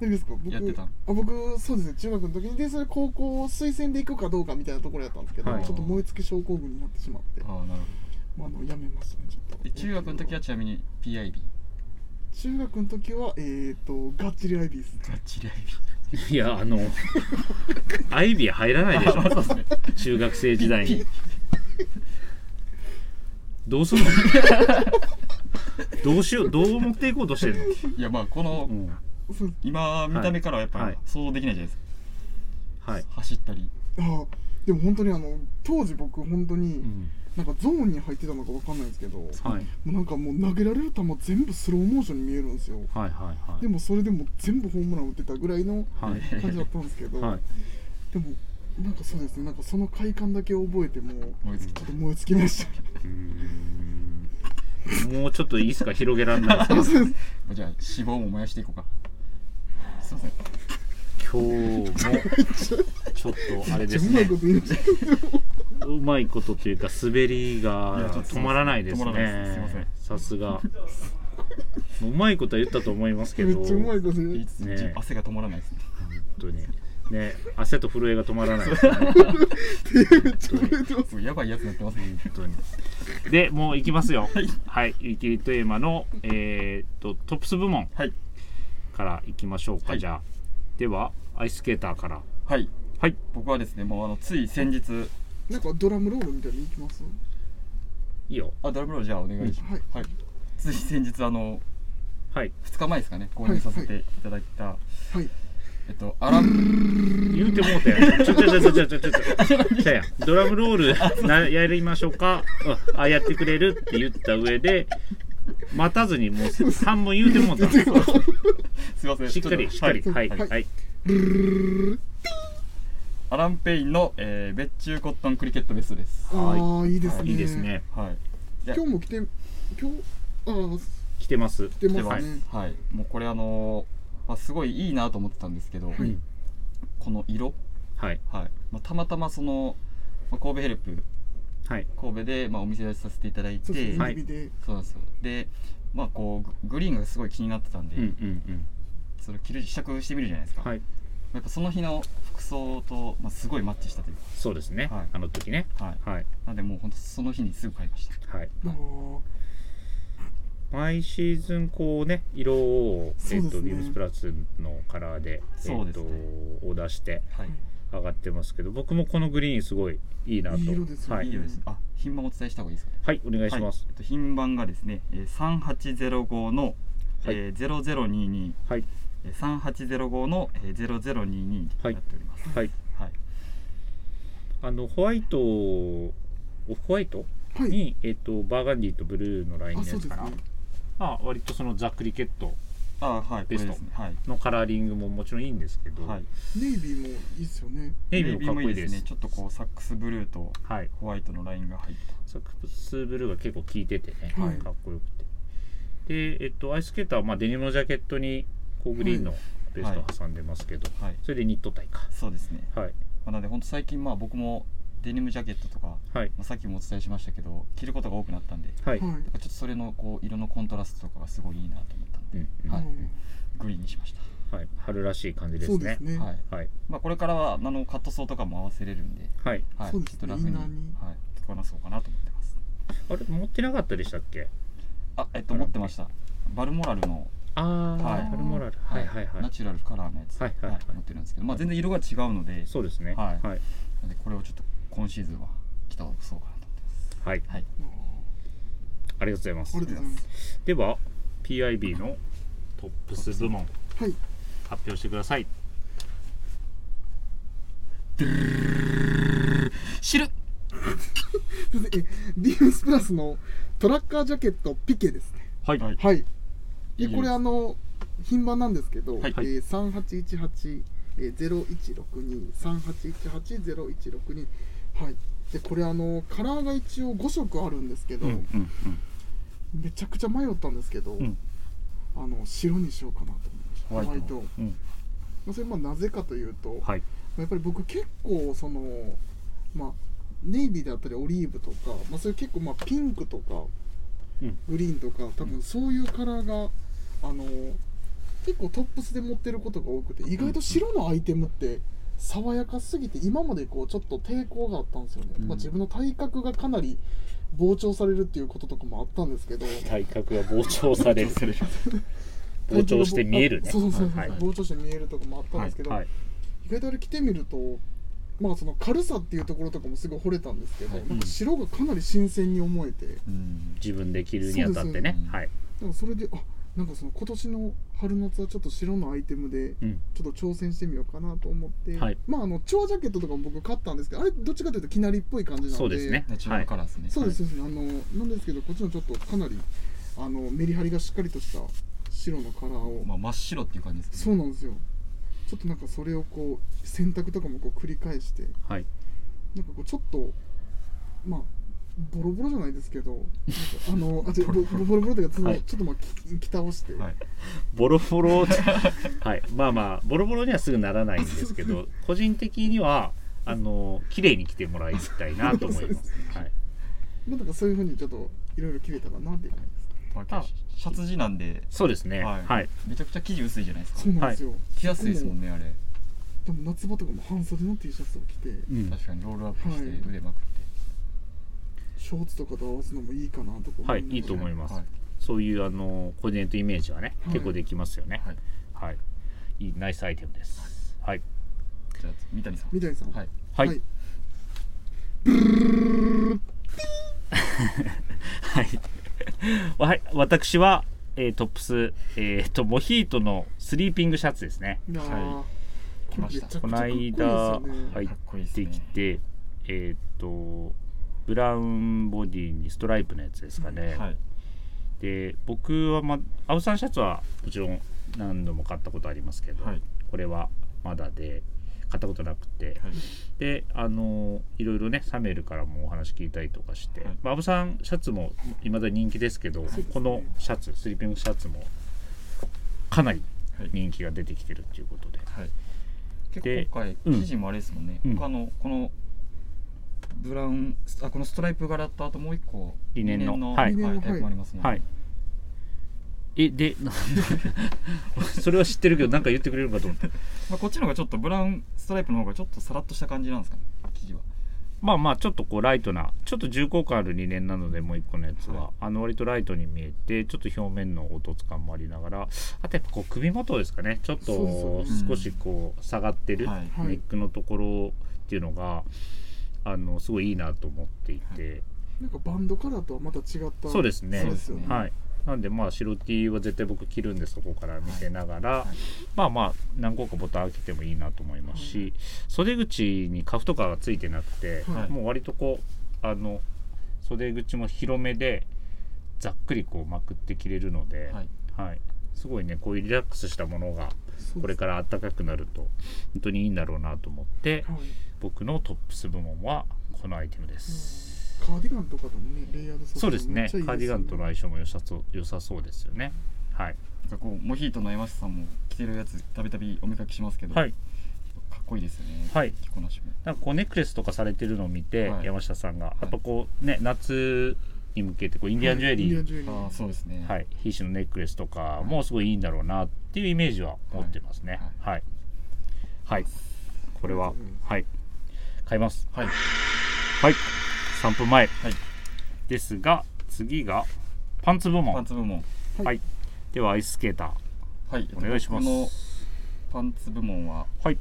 C: 何ですか僕
B: やってた
C: あ僕そうですね中学の時にでそれ高校を推薦で行くかどうかみたいなところやったんですけど、
A: はい
C: ちょっと燃え尽き症候群になってしまって
B: ああ、なるほ
C: まあ、あのやめましたねちょっ
B: どえ
C: と
B: 中学の時はちなみに PIB
C: 中学の時はえー、とがっちりアイビース
B: ガッチリ
A: *laughs* いやあのアイビー入らない *laughs* でし
B: IB あそうですね
A: ょ中学生時代にどう *laughs* すんのどうしようどう持っていこうとしてる
B: *laughs* いやまあこの、
A: の、うん、
C: そう
B: 今見た目からはやっぱ
A: はい
B: り想像できないじゃないですか、
A: はい、
B: 走ったり
C: あでも本当にあの当時僕本当に、
A: うん、
C: なんかゾーンに入ってたのかわかんないんですけど、
A: はい
C: もうなんかもう投げられる球全部スローモーションに見えるんですよ
A: はいはいはい
C: でもそれでも全部ホームラン打ってたぐらいの
A: はい
C: 感じだったんですけど、
A: はい
C: でもなんかそうですねなんかその快感だけ覚えてもう
B: 燃え尽き
C: ちょっと燃え尽きました
A: うーんもうちょっといいですか広げられないですか
B: じゃあ脂肪も燃やしていこうかすいません
A: 今日もちょっとあれです
C: うまい
A: ね
C: こと言いました
A: うまいことというか滑り
B: いや
A: が
B: ちょっと
A: 止まらないです
B: 止まらないですすいませ
A: ね
B: ん
A: さすがうまいことは言ったと思いますけ
C: め
A: ど
C: っちゃうまいこと
B: 言い
C: 言
B: つつ
A: ね
B: じ汗が止まらないですね
A: 本当にね汗と震えが止まらないですね
C: ってます
B: すごいやばいやつになってますね
A: 本当にでもう行きますよはい「ゆきりテーマの」えーっとトップス部門
B: はい
A: から行きましょうか、
B: はい
A: じゃあではアイススケーターから
B: はい、
A: はい
B: 僕はですねもうあのつい先日
C: なんかドラムロールみたいに行きます
A: いいよ
B: あドラムロールじゃあお願いします、
C: はい
B: はい、つい先日あの
A: はい
B: 2日前ですかね購入させていただいた、
C: はい
B: えっとアラン
A: 言うてもうたやんちょちょちょちょちょちょちょちょちょやんドラムロールなやりましょうかうんあやってくれるって言った上で待たずにもう半分言うてもうた
C: 言ってます
B: すいません
A: しっかりしっかり
B: ちょっと
A: は
B: はいい
A: は
C: はいい
A: はい
B: アラン・ペインの、えー、別注コットンクリケットベストです
C: ああいいですね
A: いいですね
B: はいで
C: 今日も来て今日ああ
A: 来てます
C: 来て
B: 来て
C: ま
B: ますす
C: ね
B: はいもうこれあのーまあ、すごいいいなと思ってたんですけど、
C: はい
B: この色、
A: はい
B: はいまあ、たまたまその、まあ、神戸ヘルプ
A: はい
B: 神戸で、まあ、お店出しさせていただいて
C: そうです
A: は
C: ね
A: い
C: 指で
B: そうなんですよでまあこうググリーンがすごい気になってたんで、
A: うんうん
B: それ着る試着してみるじゃないですか、
A: うんはい
B: やっぱその日の服装と、まあ、すごいマッチしたという
A: そうですね
B: はい
A: あの時ね
B: か、はい、
A: はい
B: なんでもう本当その日にすぐ買いました
A: はい
C: あー
A: 毎シーズンこうね色を、
C: そ
A: え
C: う
A: っ
C: です
A: と
C: ね
A: ビームスプラスのカラーで
B: そう
A: えっ
B: です
A: と
B: ね
A: を出して
B: はい、
A: 上がってますけど僕もこのグリーンすごいいいなと
C: いい色ですよね
A: はい
B: い、い色ですあ品番お伝えした方がいいですか
A: はい、お願いします
B: はい、えっと、品番がですね、えー、3805の、
A: はい
B: えー、0022、
A: はい
B: えー、3805の、えー、0022になっております
A: はい
B: はい、
A: あのホワイトオフホワイト
C: はい
A: に、えっとバーガンディとブルーのライン
C: あ
A: のや
C: そう
A: つ
C: です
A: か
C: ね
A: な、まあ、割とそのザ・クリケット
B: あーはいこれですね
A: ベス
B: はい、
A: のカラーリングももちろんいいんですけど、
B: はい、
C: ネイビーもいいですよね
A: ネイビーもかっこいいです
B: ねちょっとこうサックスブルーと
A: はい
B: ホワイトのラインが入った
A: サックスブルーが結構効いててね、
C: はい
A: かっこよくてで、えっと、アイスケーターはまあデニムのジャケットにこうグリーンのベストを挟んでますけど、
B: はい
A: それでニットタイか
B: そうですね、
A: はい
B: まあ、なので本当最近まあ僕もデニムジャケットとか、ま
A: はい
B: あ、さっきもお伝えしましたけど着ることが多くなったんで
A: はい、
C: はい
B: ちょっとそれのこう色のコントラストとかがすごいいいなと思ったの
A: う
B: で、
A: んうん
C: あ
B: はい
C: の
B: グリーンにしました、
A: はい、春らしい感じです
C: そ
A: ね
C: うですね
B: はい
A: はい
B: まあ、これからはあのカットソーとかも合わせれるんで、
A: はい、
B: はい
C: そうですね
B: ちょっと楽に、
C: イン
B: は
C: ナーに
B: い、使わそうかなと思ってます
A: あれ持ってなかったでしたっけ
B: あえっと持ってましたバルモラルの、
A: ああ、
B: はい
A: 春モラルはいはいはい、
B: ナチュラルカラーのやつ、
A: はいはいはい
B: 持ってるんですけど、まあ、全然色が違うので
A: そうですね
B: はい
A: はい、
B: なのでこれをちょっと今シーズンは着たそうかなと思ってます
A: はい
B: はい
A: ありがとうございま
C: あ
A: す
C: りがとうございます
A: では PIB のトップス部門
C: はい
A: 発表してください
D: 知る
C: すいませんえビームスプラスのトラッカージャケットピケですね
A: はい
B: はい
C: はい
B: いい
C: で
B: 色
C: これ
B: です
C: あの品番なんですけど、
B: はい
C: えー、3818えー0162 3818 0162はいでこれあのカラーが一応5色あるんですけど、
B: うんうん
C: めちゃくちゃ迷ったんですけど、
B: ん
C: あの白にしようかなと思いました
B: ホワイト
C: ま
B: うん
C: あそれまあなぜかというと、
A: はい
C: やっぱり僕結構そのまあネイビーであったりオリーブとか、まあ、それ結構まあピンクとか
A: うん
C: グリーンとか多分そういうカラーがあの結構トップスで持ってることが多くて意外と白のアイテムって爽やかすぎて今までこうちょっと抵抗があったんですよね、
B: うん
C: まあ、自分の体格がかなり膨張されるっていうこととかもあったんですけど
A: 体格が膨張される膨張して見えるね
C: そうそうそうそう、
A: はいはい
C: 膨張して見えるとかもあったんですけど、
A: はい
C: 意外とあれ着てみるとまあその軽さっていうところとかもすごい惚れたんですけど、
B: はい
C: なんか白がかなり新鮮に思えて
B: うん
A: 自分で着るにあたってね
B: そうですよね
A: はい
C: なんかそれであなんかその今年の春夏はちょっと白のアイテムで
A: うん
C: ちょっと挑戦してみようかなと思って、
A: はい
C: まああの蝶ジャケットとかも僕買ったんですけどあれどっちかというときなりっぽい感じなんで
A: そうですね
B: ナチュラルカラーですね、
C: そうですね、あのなんですけどこっちのちょっとかなりあのメリハリがしっかりとした白のカラーを
B: まあ、真っ白っていう感じです
C: そ
B: け
C: うなんですよちょっとなんかそれをこう洗濯とかもこう繰り返して
A: はい
C: なんかこうちょっとまあボロボロじゃないですけ
A: *laughs*
C: どあのあ違うボボボロボロというかその、
A: はい
C: ちょっとまあきき倒して、
B: ど、はい、
A: ボロボロ *laughs* はいまあまあボロボロにはすぐならないんですけど個人的にはあの綺麗に着てもらいたいなと思いますはい
C: まあなんかそういうふうにちょっといろいろ切れたかなっていう感じですね
B: まあシャツ地なんで
A: そうですね
B: はい
A: はい
B: めちゃくちゃ生地薄いじゃないですか
C: そうなんですよ、
B: 着やすいですもんねあれ
C: でも夏場とかも半袖の T シャツを着て
A: うん
B: 確かにロールアップし
C: はい
B: て腕まくって、
C: ショーツとかと合わすのもいいかなとか
A: はいいいと思い
C: ま
A: ます
B: はい
A: そういうあのコーディネートイメージはね、
C: はい
A: 結構できますよね。
B: はい
A: はい、いいナイスアイテムです。はい、
B: じゃあ三谷さん
C: 三谷さん
B: はい
A: はい、
C: はい
A: はい。 *laughs* はい、私は、えートップス、えーと、モヒートのスリーピングシャツですね。
C: いやー
B: は
C: これめちゃくちゃか
A: こ
C: っ
A: の
C: こいいです
A: 間
C: よね
A: 入
B: かっこいい
A: っ
B: です
A: て
B: ね
A: きて、えっ、と、ブラウンボディにストライプのやつですかね。
B: はい
A: で、僕は、ま、アウサンシャツはもちろん何度も買ったことありますけど、
B: はい
A: これはまだで、買ったことなくて、
B: はい
A: であのいろいろねサメルからもお話聞いたりとかして、
B: はい
A: まあ、安部さんシャツもいまだ人気ですけど、
C: そうですね
A: このシャツスリーピングシャツもかなり
B: はい
A: 人気が出てきてるっていうことで、
B: はい、
A: で
B: 結構今
A: うん
B: 回記事もあれですもんね、
A: うん
B: 他のこのブラウンあこのストライプ柄とあともう一個
A: リネンのは
B: はいい、
C: リネンの
B: タイプもありますもんね、
A: はいえでな *laughs* それは知ってるけど何か言ってくれるかと思った
B: まあ、こっちの方がちょっとブラウンストライプの方がちょっとさらっとした感じなんですかね生地は
A: まあまあちょっとこうライトなちょっと重厚感ある2年なのでもう一個のやつは、
B: はい
A: あの割とライトに見えてちょっと表面の凹凸感もありながらあとやっぱこう首元ですかねちょっ
C: そうですよ
A: と少
C: ね
A: しこう下がってる、
B: はい
C: はい
A: ネックのところっていうのがあのすごいいいなと思っていて、
C: なんかバンドカラーとはまた違った
A: そうですね
C: そうですよね
A: はいなんでまあ白 T は絶対僕着るんでそこから見せながら、
B: いはい
A: まあまあ何個かボタン開けてもいいなと思いますし、袖口にカフとかがついてなくて、
C: はい
A: もう割とこうあの袖口も広めでざっくりこうまくって着れるので、
B: はい
A: はいすごいねこういうリラックスしたものが
C: そうです
A: これから暖かくなると本当にいいんだろうなと思って。
C: はい
A: 僕のトップス部門はこのアイテムです、
C: カーディガンとかともねレイヤードさせ
A: そう
C: て
A: です
C: め
A: ね
C: っちゃいい
A: カーディガンとの
C: イ
A: 相性も良さそう良さそうですよねはい、
B: なんかこうモヒートの山下さんも着てるやつたびたびお見かけしますけど、
A: はい、
B: かっこいいですよね、
A: はい
B: 着こなしも
A: なんかこうネックレスとかされてるのを見て、
B: はい
A: 山下さんがやっぱこうね夏に向けてこうインディアンジュエリー、
C: イ
A: はい
C: ンディアンジュエリー
B: ああそうですね、
A: 皮脂のネックレスとかもすごいいいんだろうなっていうイメージは持ってますねはいはい、これははい買います
B: はい
A: はい3分前、
B: い
A: ですが次がパンツ部門
B: パンツ部門
A: ではアイススケーター
B: はい
A: お願いします
B: 僕のパンツ部門は
A: はい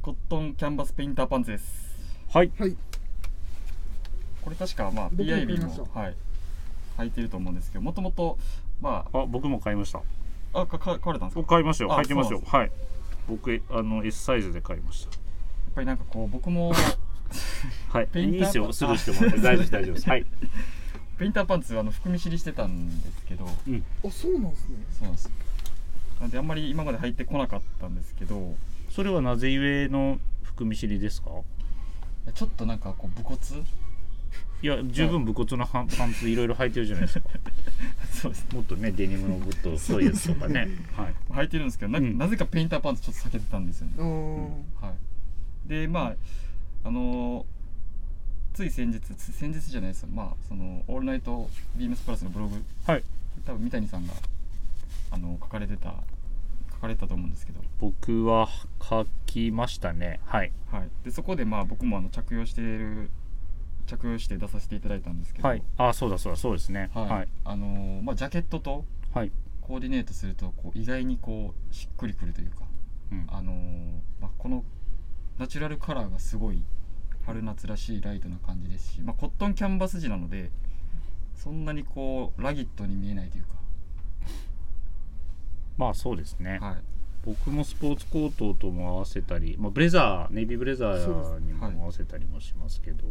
B: コットンキャンバスペインターパンツです
A: はい
C: はい
B: これ確かまあ
C: 僕も買い
B: PIB
C: ました
B: もはい履いてると思うんですけどもともとま
A: あ僕も買いました
B: ああかか買われたんですか
A: 僕買いましたよ
B: あ
A: 履いてますよ
B: そう
A: はい僕えあの S サイズで買いまし
B: やっぱりなんかこう僕も
A: たはい
B: ペ
A: い
B: インター
A: いですよ
B: あ
A: スルーしてもらって大丈夫です大丈夫ですはい
B: ペインターパンツあの含み知りしてたんですけど
C: あそうなんですね
B: そうなんですなんであんまり今まで履いてこなかったんですけど
A: *laughs* それはなぜゆえの含み知りですか
B: ちょっとなんかこう武骨
A: いや十分武骨なパン *laughs* パンツいろいろ履いてるじゃないですか
B: *laughs* そうです
A: *laughs* もっとねデニムのグッとそういうやつとかね *laughs* はい
B: 履いてるんですけどな,、
A: うん
B: なぜかペインターパンツちょっと避けてたんですよね
C: あー
B: はい、でまああのーつい先日つ先日じゃないですよまあその「オールナイトビームスプラス」のブログ、
A: はい、
B: 多分三谷さんがあの書かれてた書かれてたと思うんですけど、
A: 僕は書きましたねはい
B: はい、でそこでまあ僕もあの着用している着用して出させていただいたんですけど、
A: はいあそうだそうだそうですね
B: はい
A: はい
B: あのーまあ、ジャケットと
A: はい
B: コーディネートするとこう意外にこうしっくりくるというか、
A: うん
B: あのーまあ、このナチュラルカラーがすごい春夏らしいライトな感じですし、まあ、コットンキャンバス地なのでそんなにこうラギットに見えないという
A: まあそうですね
B: か、はい、
A: 僕もスポーツコートとも合わせたり、まあ、ブレザーネイビーブレザーに
B: そうです
A: も
B: はい
A: 合わせたりもしますけど、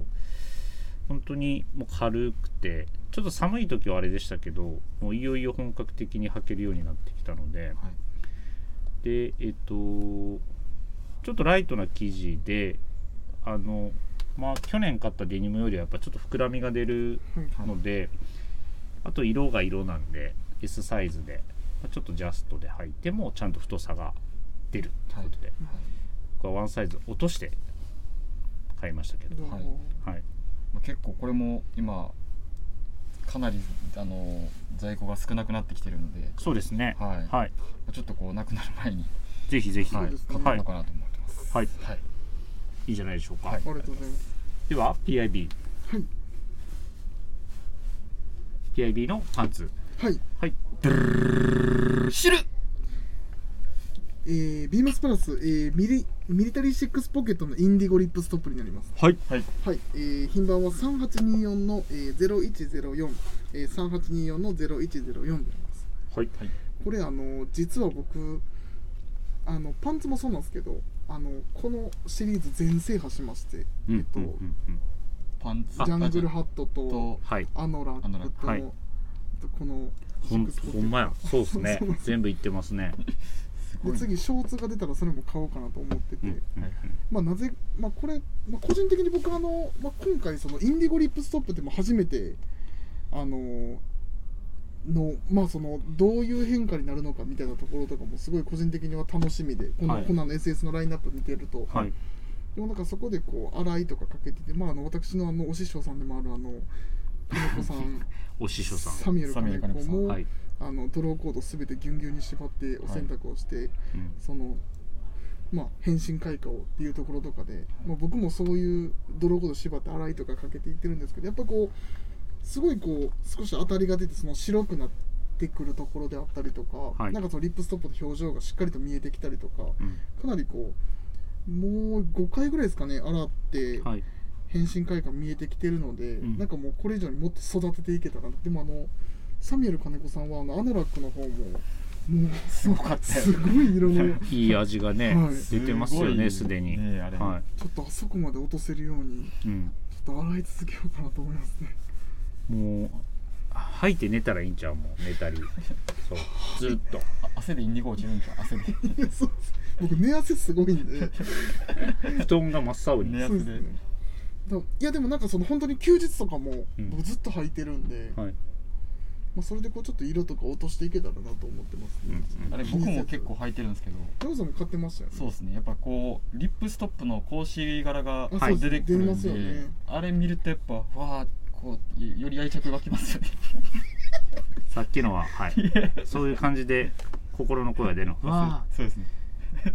A: 本当にもう軽くてちょっと寒い時はあれでしたけどもういよいよ本格的に履けるようになってきたので
B: はい
A: でえっとちょっとライトな生地であのまあ去年買ったデニムよりはやっぱちょっと膨らみが出る
B: はい
A: ので、あと色が色なんで S サイズでまあちょっとジャストで履いてもちゃんと太さが出るということで、僕はワンサイズ落として買いましたけど、
C: はい
B: はい
A: はい、
B: まあ、結構これも今かなり、あのー在庫が少なくなってきてるので、
A: そうですね、
B: はいま
A: はい、
B: あちょっとこうなくなる前に、
A: ぜひぜひ、
B: は、
A: はいい
C: そうですね
B: 買ったのかなと思ってます。
A: はい、
B: はい
A: いいじゃないでしょうか、
B: はい
C: ありがとうございます
A: では PIB
C: はい
A: PIB のパンツ
C: はい
A: はい
D: 知る
C: えー、ビームスプラス、えーミリミリタリーシックスポケットのインディゴリップストップになります
A: はい
C: はい、えー、品番は3824の、えー、0104、えー、3824の0104であります
A: はい
C: これあの実は僕あのパンツもそうなんですけどあのこのシリーズ全制覇しまして
A: うんうん
C: と
A: うんうん
B: パンツ
C: ジャングル
B: ハ
C: ハット
B: ッ
C: と
B: ト
A: はい
C: アノラックと
B: アノラッ
A: クはい
C: この
A: ほんほんまやそうっすね
C: そうそう
A: 全部いってますね
B: すごいね
C: で次ショーツが出たらそれも買おうかなと思ってて、
A: うんうん
B: はい
C: まあなぜ、まあ、これ、まあ、個人的に僕あの、まあ、今回そのインディゴリップストップでも初めてあののまあそのどういう変化になるのかみたいなところとかもすごい個人的には楽しみでこの、
A: はい
C: コナンの SS のラインナップ見てると、
A: はい
C: でもなんかそこでこう洗いとかかけてて、まあ、あの私のあのお師匠さんでもあるあの金子さん
A: お師匠さん
C: サミュエル
B: サミュエ
C: 金
B: ル金子
C: 子
B: さん
C: も、
A: はい
C: あのドローコードすべてぎゅんぎゅんに縛ってお洗濯をして、
A: うん
C: そのまあ変身開花をっていうところとかで、まあ、僕もそういう泥ごと縛って洗いとかかけていってるんですけどやっぱこうすごいこう少し当たりが出てその白くなってくるところであったりとか、
A: はい
C: なんかそのリップストップの表情がしっかりと見えてきたりとか
A: うん
C: かなりこうもう5回ぐらいですかね洗って
A: はい
C: 変身開花見えてきてるので、
A: ん
C: なんかもうこれ以上にもっと育てていけたかなでもあのサミュエル金子さんはあのアノラックの方ももう
B: *laughs* すごかったよ
C: すごい色の。
A: いい味がね
C: はい
A: 出てますよ
B: ごい
A: ねすでに
B: ねあれ
A: は
C: ちょっとあそこまで落とせるように
A: いうん
C: ちょっと洗い続けようかなと思いますね
A: もう吐いて寝たらいいんちゃうもう寝たりそうずっと
B: あ汗でインディゴ落ちるんじゃん汗で
C: いやそうです僕寝汗すごいんで
A: 布団が真っ青に、
B: 寝
C: そ
B: 汗
C: うです
B: で
C: ねでもいやでもなんかその本当に休日とかも
A: うん
C: 僕ずっと履いてるんで、ま
A: はい、
C: あ、それでこうちょっと色とか落としていけたらなと思ってます
A: うんう
C: ね
A: ん、
B: あれ僕も結構履いてるんですけど
C: ヤマさんも買ってましたよね
B: そうですねやっぱこうリップストップの格子柄が
C: あそうです
B: 出てくるんで、
C: 出ますよね
B: あれ見るとやっぱわあこうより愛着湧きますよね
A: さっきのははいそういう感じで心の声が出るのわ
B: そうですね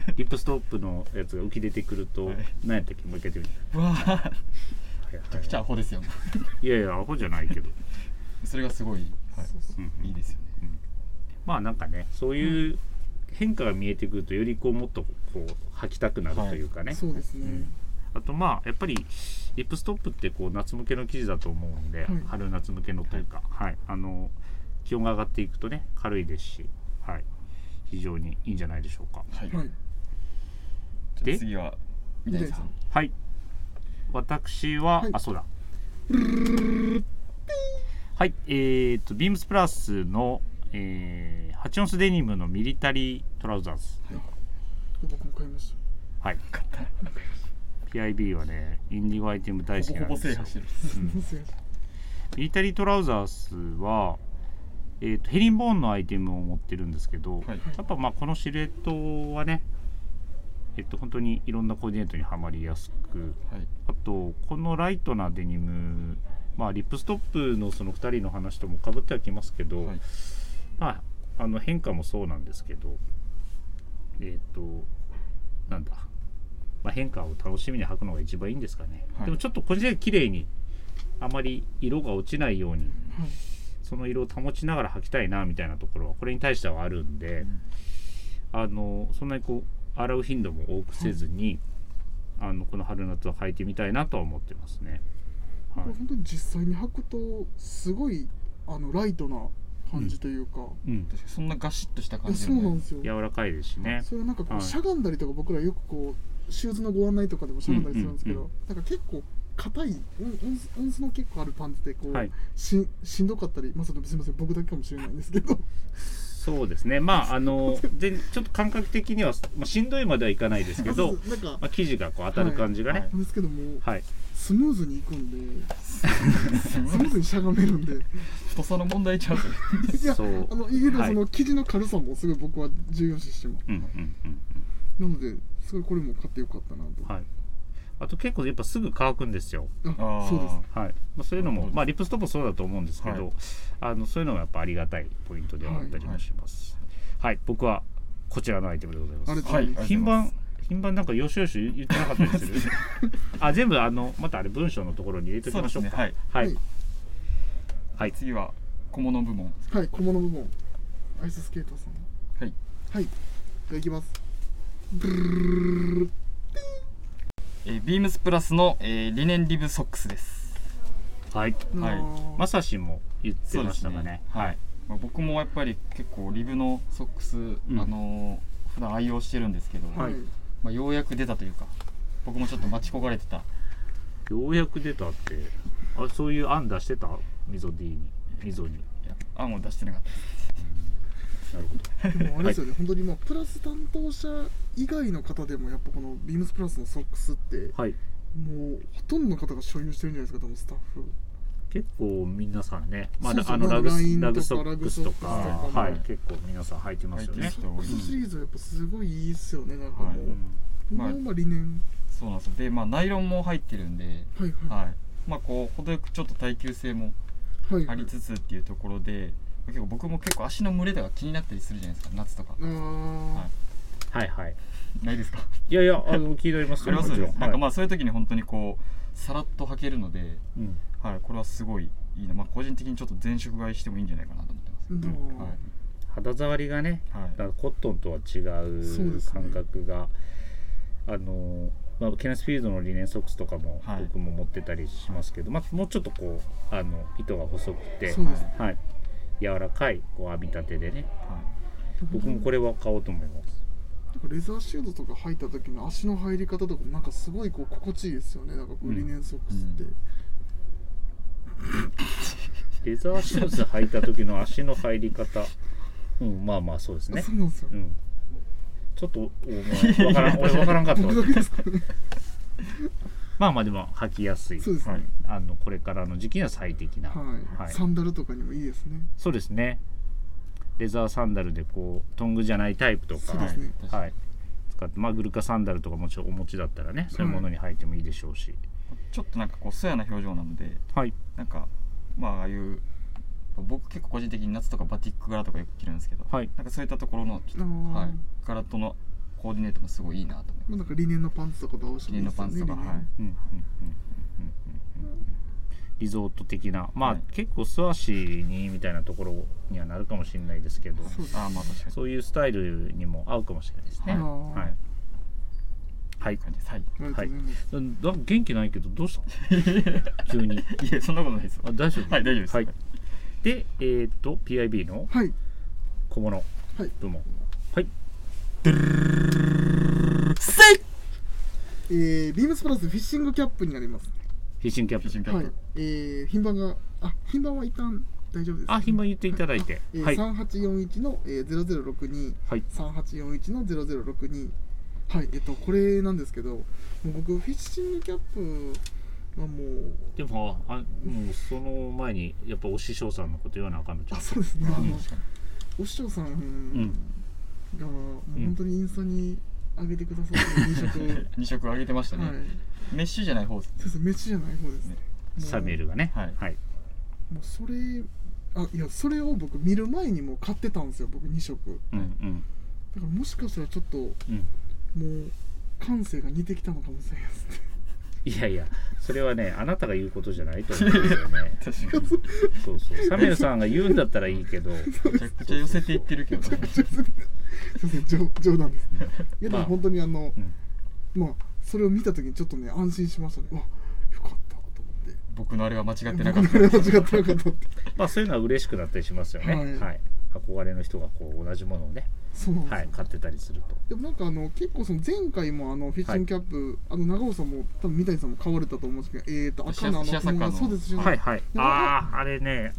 A: あリップストップのやつが浮き出てくると、
B: はい
A: 何やったっけもう一回やってみて
B: わあ
A: はい
B: めちゃくちゃアホですよ
A: いやいやアホじゃないけど、
B: それがすごい、はい
C: そうそ
A: う
C: う
A: んう
B: いい
A: ん
B: ですよね
A: まあなんかねそういう変化が見えてくるとよりこうもっとこう履きたくなるというかね、
C: そうですね、
A: うんあとまあやっぱりリップストップってこう夏向けの生地だと思うんで、
C: はい
A: 春夏向けのというか、はいあの気温が上がっていくとね軽いですし、はい、非常にいいんじゃないでしょうか。
B: はい、
C: はい
B: じゃ
A: で
B: あ次は三谷さん
A: はい私は、
C: はい
A: あそうだはいえー、とビームスプラスの、えー、ハチオンスデニムのミリタリートラウザーズ
C: 僕も買いまし
A: はい。PIB はね、インディゴアイテム大好き
B: ほ
A: な
B: ぼ
A: ん
B: ほ
A: で
B: ぼ
A: す
B: 制
A: よ
B: 覇してる
C: た、
A: うん
C: すいません
A: ミリタリートラウザースは、えーとヘリンボーンのアイテムを持ってるんですけど、
B: はい
A: やっぱまあこのシルエットはね、えっと本当にいろんなコーディネートにはまりやすく、
B: はい
A: あとこのライトなデニム、まあリップストップのその2人の話ともかぶってはきますけど、
B: はい
A: まあ、あの変化もそうなんですけど、えっ、と、なんだ、まあ、変化を楽しみに履くのが一番いいんですかね。
B: はい
A: でもちょっとこれで綺麗に、あまり色が落ちないように、
C: はい
A: その色を保ちながら履きたいなみたいなところは、これに対してはあるんで、
B: うん
A: あのそんなにこう、洗う頻度も多くせずに、あのこの春夏は履いてみたいなとは思ってますね。は
C: これ
A: い
C: 本当に実際に履くとすごいあのライトな感じというか、
A: うん、
B: 確かにそんなガシッとした
C: い
B: 感
C: や
B: じ
C: そ
B: で
C: う
B: も
C: なんですよ
A: 柔らかいですしね。
C: それはなんかこう、
A: はい
C: しゃがんだりとか僕らよくこうシューズのご案内とかでもしゃがんだりするんですけど、
A: うんうん
C: なんか結構硬い音音音数の結構あるパンツでこう、
A: はい
C: ししんどかったり、まあ、そのすみません僕だけかもしれないんですけど
A: そうですね、まあ、あの全ちょっと感覚的には、まあ、しんどいまではいかないですけ *laughs* ど、
C: なんか、
A: まあ、生地がこう当たる感じがね、
C: なんですけども
A: はい
C: スムーズにいくんで
B: すご
C: ス
B: い
C: ムーズにしゃがめるんで
B: 太さの問題ちゃうそれ
C: い
A: *laughs*
C: や
A: そう
C: あのいやでも
A: はい
C: その生地の軽さもすごい僕は重要視してます
A: うんうんうん
C: なのですごいこれも買ってよかったなと、
A: うんはい、あと結構やっぱすぐ乾くんですよ、
B: あ
C: あ
B: ー
C: そうです
A: はいまあ、そういうの
B: なる
A: も、
B: ほど
A: まあ、リップストップもそうだと思うんですけど、
B: はい
A: あのそういうのもやっぱありがたいポイントではあったりもします。はい、僕はこちらのアイテムでございます。
C: あれ
B: はいありがとうございます
A: 品番品番なんかよしよし言ってなかったりする
B: *laughs*
A: あ全部あのまたあれ文章のところに入れておき
B: そう
A: ま
B: で
A: し
B: す
A: ょう
B: ね
A: か、
B: はい
A: はい、はい
B: 次は小物部門
C: はい小物部門アイススケーターさん
B: はい
C: はいじゃあいきますブルルルル
B: えービームスプラスの、えーリネンリブソックスです、
A: はい
B: はい
C: あー
A: まさしも言ってましたかねはい
B: まあ、僕もやっぱり結構リブのソックス、あのー普段愛用してるんですけど、
A: はい
B: まあ、ようやく出たというか僕もちょっと待ち焦がれてた
A: ようやく出たってあそういう案出してたみぞ D にみぞに
B: いや案を出してなかったです
A: なるほど
C: でもあれですよね、本当にまあプラス担当者以外の方でもやっぱこのビームスプラスのソックスって
A: はい
C: もうほとんどの方が所有してるんじゃないですか多分スタッフ
A: 結構皆さんね、まあ、
C: そうそう
A: あのラグ
C: ライン
A: ラ
C: とか
A: グソックスとか
C: ラグソックスとか
A: はい
C: ね、
A: 結構皆さん履いてますよ
B: 履い
A: ね
B: て。
C: ソックスシリーズはやっぱすごいいいっすよねなんかも
B: は
C: う、
B: い
C: もう
B: まあ
C: まあ理念
B: そうなんですよでまあナイロンも入ってるんで、
C: はいは
B: はいまあ、こう程よくちょっと耐久性も
C: いはい
B: あ
C: はい
B: りつつっていうところで結構僕も結構足の蒸れとか気になったりするじゃないですか夏とか
C: あー
B: は
A: はい
B: い
A: はい。
B: ないですか
A: いやいや、あの気になります
B: あり
A: よ。
B: ま
A: も
B: すよ
A: ちろ
B: ね
A: ん。
B: なんかま
A: はい
B: あそういう時に本当にこうさらっと履けるので、
A: うん
B: はい、これはすごいいいな、まあ、個人的にちょっと前職買いしてもいいんじゃないかなと思ってます、
C: どう
B: はい
A: 肌触りがね、
B: はい
A: だからコットンとは違
C: そう
A: う
C: ですね
A: 感覚が、あのまあ、ケナスフィールドのリネンソックスとかも
B: はい
A: 僕も持ってたりしますけど、まあ、もうちょっとこうあの糸が細くて
C: そ、うです
A: はい、柔らかいこう網立てでね
B: はい
A: 僕もこれは買おうと思います。
C: なんかレザーシュードとか履いた時の足の入り方とかもなんかすごいこう心地いいですよねなんかこうリネンソックスって、
B: うん
A: レザーシューズ履いた時の足の入り方、うん、まあまあそうです
C: あ
A: ね。
C: そうなんですよ、
A: うん、ちょっとおわ
C: *laughs*
A: からん俺わからんかったわ
C: 僕だけですかね
A: まあまあでも履きやすい
C: そうですね
A: はい、あのこれからの時期には最適な、
C: はい、
A: はい
C: サンダルとかにもいいですね
A: そうですねレザーサンダルでこうトングじゃないタイプとか
C: そうですね
B: 確かに
A: はい、使ってまあグルカサンダルとかもちろんお持ちだったらねそういうものに履いてもいいでしょうし、
B: ちょっとなんかこう素やな表情なので
A: はい、
B: なんかまあああいう僕結構個人的に夏とかバティック柄とかよく着るんですけど、
A: はい
B: なんかそういったところのちょっ
C: あー
B: と、はい、柄とのコーディネートもすごいいいなと思います
C: まあなんかリネンのパンツとかと合わせて
B: 記
C: もいい
B: 念
C: で
B: の
C: すよ
B: パン
C: ね
B: ツとか、は
A: う
B: い、
A: んうんうんうんうんうんうんリゾート的なまあ、
B: はい
A: 結構素足にみたいなところにはなるかもしれないですけど
C: そうですね
B: ああまあ確かに
A: そういうスタイルにも合うかもしれないですね。
C: あー
A: はい。はい。
B: 感じですはい *laughs*
C: ありがとうございます、
A: うんなんか元気ないけどどうしたの急に。
B: いやそんなことないですよ
A: あ大丈夫。
B: はい大丈夫です
A: はい。でえーっと PIB の
C: はい
A: 小物
C: はい
A: 部門。はい。
D: せい
C: えー、ビームスプラスフィッシングキャップになります
A: フィッシングキャ
B: フィッシ
A: ッ
B: ン
A: プ。
B: グキャ
C: は
B: ッ
C: い
B: プ、
C: えー、品番があ品番は一旦大丈夫です、
A: あ品番言っていただいて。
C: えー
A: はい。
C: 3841の、えー、0062、
A: はい
C: 3841の0062はいえっとこれなんですけどもう僕フィッシングキャップはもう
A: でもあもうその前にやっぱお師匠さんのこと言わなあかんのちゃ
C: あ
A: う。
C: そうですねあ
B: あ
C: の
B: 確かに
C: お師匠さん
A: ん
C: がもう本当にインスタに上げてくださってる飲食、
B: 2色上げてましたね、
C: はい
B: メッシュじゃない方です
C: そうです飯じゃない方ですねもう
A: サミュエルがね。
B: はい
A: はい。
C: もうそれあいやそれを僕見る前にもう買ってたんですよ僕2色
A: うんうん
C: だからもしかしたらちょっとも
A: うん。
C: う感性が似てきたのかもしれないですね
A: いやいやそれはねあなたが言うことじゃないと思うんですよね。 *laughs*
B: 確かに
A: そうそう。サミュエルさんが言うんだったらいいけ *laughs* ど。
B: めちゃくちゃ寄せていってるけど、ね、
C: すいません *laughs* 冗冗談です
B: *laughs*
C: いやで
A: まあ
C: も本当にあの、
A: うん
C: まあそれを見た時にちょっとね安心しましたねうわよかったと思って
B: 僕のあれは間違ってなかった
C: 僕のあれ間違ってなかっ
B: *laughs*
C: たって
A: まあそういうのは嬉しくなったりしますよね。は。
C: はいい
A: 憧れの人がこう同じものをね、
C: そうなんですよ、
A: はい、買ってたりすると。
C: でもなんかあの結構その前回もあのフィッシングキャップ、あの長尾さんも多分三谷さんも買われたと思うんですけどえーと赤のあの
B: シアシアサッカーの
C: そうですよね
A: はいはい。ああ、あれね、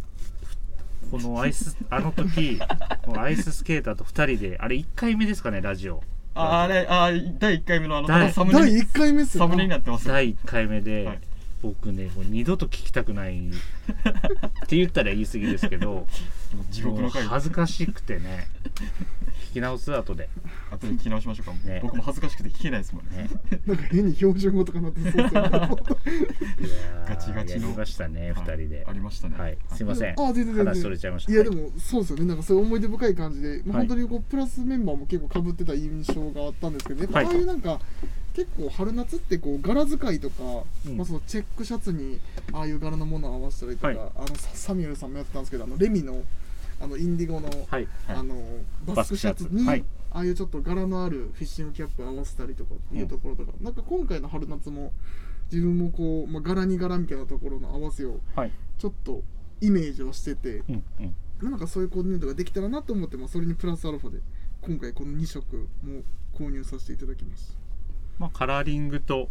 A: このアイス、あの時、このアイススケーターと2人で、あれ1回目ですかね、ラジオ。
B: ああれあー第1回目のあの
A: 第
B: あのサム
C: 第
B: ネ
C: 1回目っすよ
B: サムネになってますよ
A: 第1回目で、
B: はい
A: 僕ね、もう二度と聞きたくないって言ったら言い過ぎですけど、
B: 地獄の回
A: もう恥ずかしくてね、聞き直す後で。
B: 後で聞き直しましょうか、
A: ね
B: 僕も恥ずかしくて聞けないですもんね
A: ね、
C: なんか変に標準語とかなってそうですよね
A: いやー
B: ガチガチの
A: やりましたね、2人で
B: あ。りましたね
A: はい、すいません。
C: あ全然全然
A: 話それちゃいました。
C: いやで
A: はい
C: もそうですよねなんかそういう思い出深い感じで、まあ、
A: はい
C: 本当にこうプラスメンバーも結構かぶってた印象があったんですけどやっぱ
A: はい
C: ああいうなんか結構春夏ってこう柄使いとか、
A: うん
C: まあ、そのチェックシャツにああいう柄のものを合わせたりとか、
A: はい
C: あのササミュエルさんもやってたんですけどあのレミのあのインディゴの、
A: はい。
C: あのバスクシャツに、
A: はい
C: ああいうちょっと柄のあるフィッシングキャップ合わせたりとかっていうところとか、なんか今回の春夏も自分もこう、まあ、柄に柄みたいなところの合わせを
A: はい
C: ちょっとイメージをしてて、
A: うんうん
C: なんかそういうコーディネートができたらなと思って、まあ、それにプラスアルファで今回この2色も購入させていただきました。
A: まあ、カラーリングと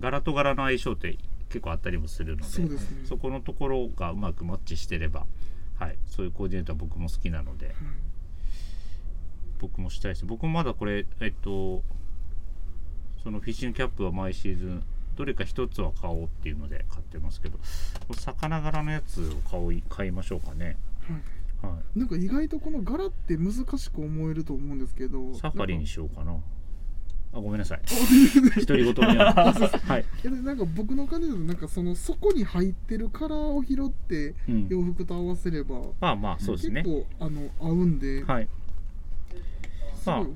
A: 柄と柄の相性って結構あったりもするので
C: そうですね
A: そこのところがうまくマッチしてれば、はい、そういうコーディネートは僕も好きなので
C: うん
A: 僕もしたいです僕もまだこれえっとそのフィッシングキャップは毎シーズンどれか一つは買おうっていうので買ってますけどこの魚柄のやつを買おう買いましょうかね、は
C: なんか意外とこの柄って難しく思えると思うんですけど
A: い、サファリに
C: なんか
A: しようかなあごめん
C: *laughs*
A: なさい独り言になるはい、
C: いやでなんか僕の感じだとなんかそのそこに入ってるカラーを拾って
A: うん、
C: 洋服と合わせれば、
A: まあまあそうです
C: 結
A: ね
C: 構あの合うんで、
A: はい。まあ
C: すごいおすすめで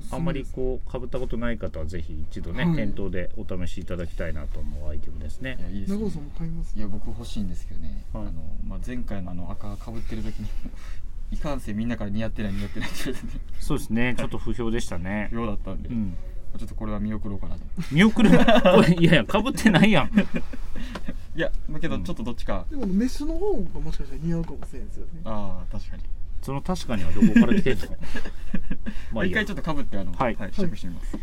C: す、
A: あんまりこう、かぶったことない方は、ぜひ一度ね、
C: はい
A: 店頭でお試しいただきたいなと思うアイテムですね
B: い。やいいです
C: 長尾
B: ね
C: さんも買います
B: いや僕欲しいんですけどね、
A: はい
B: あのまあ、前回のあの赤かぶってる時に *laughs* いかんせんみんなから似合ってない似合ってないって *laughs* 言われてね
A: そうですね、ちょっと不評でしたね。
B: ようだったんで、
A: うん。
B: ちょっとこれは見送ろうかなと
A: 見送る。お *laughs* いいやいや、かぶってないやん。
B: いやだけ
A: う
B: ど
A: ん
B: ちょっとどっちか、
C: でもメッシュの方がもしかしたら似合うかもしれないですよね
B: ああ確かに
A: その確かにはどこから来て
B: *laughs*
A: るの。まあ、いい
B: 一
A: や。は
B: 回
A: い
B: ちょっとかぶってあの、
A: は
B: はいい試着してみます、、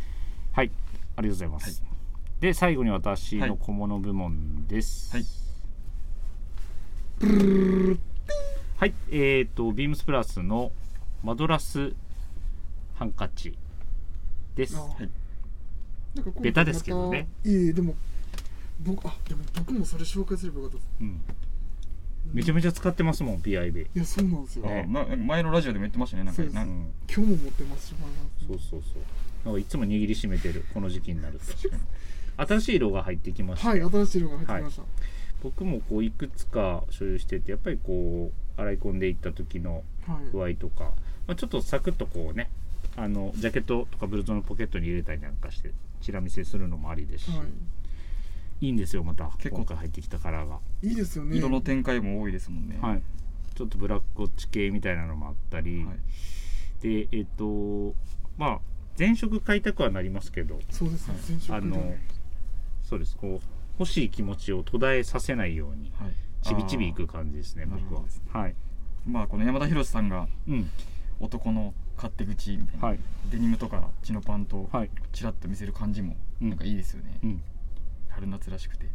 A: ありがとうございます。で、最後に私の小物部門です。
B: はい
A: はい、えー、と、ビームスプラスのマドラスハンカチです。
C: あ
B: い
C: なんか今回
A: ベタですけどね
C: またいえいえでも僕あでも僕もそれ紹介すればよかったです
A: うん、めちゃめちゃ使ってますもん PIB、
C: いやそうなんですよ、
A: ね
B: あーな前のラジオでも言ってましたねなんか
C: そうです
A: う
B: なん
A: ん、
C: 今日も持ってますしまいます
A: そうそうそうなんかいつも握りしめてるこの時期にな
B: *laughs*
A: ると新しい色が入ってきました、
C: はい新しい色が入ってきました、
A: 僕もこういくつか所有しててやっぱりこう洗い込んでいった時の
C: はい
A: 具合とか、まあ、ちょっとサクッとこうねあのジャケットとかブルゾンのポケットに入れたりなんかしてチラ見せするのもありですし、、
C: はい
A: いんですよまた
B: 結構
A: 今回入ってきたカラーが、
C: い、いいですよね
B: 色の展開も多いですもんね、
A: はい、ちょっとブラックウォッチ系みたいなのもあったり、
B: はい
A: でえっ、とまあ前職買いたくはなりますけど
C: そうですね全色
A: あのそうですこう欲しい気持ちを途絶えさせないように
B: はい
A: ちびちびいく感じですね
B: あー
A: 僕は
B: なるほどですね
A: はい
B: あーまあこの山田博さんが
A: うん
B: 男の勝手口みたいな、
A: はい
B: デニムとかチノパンと
A: はい
B: チラッと見せる感じも
A: うん
B: なんかいいですよね、
A: うん
B: 春夏らしくて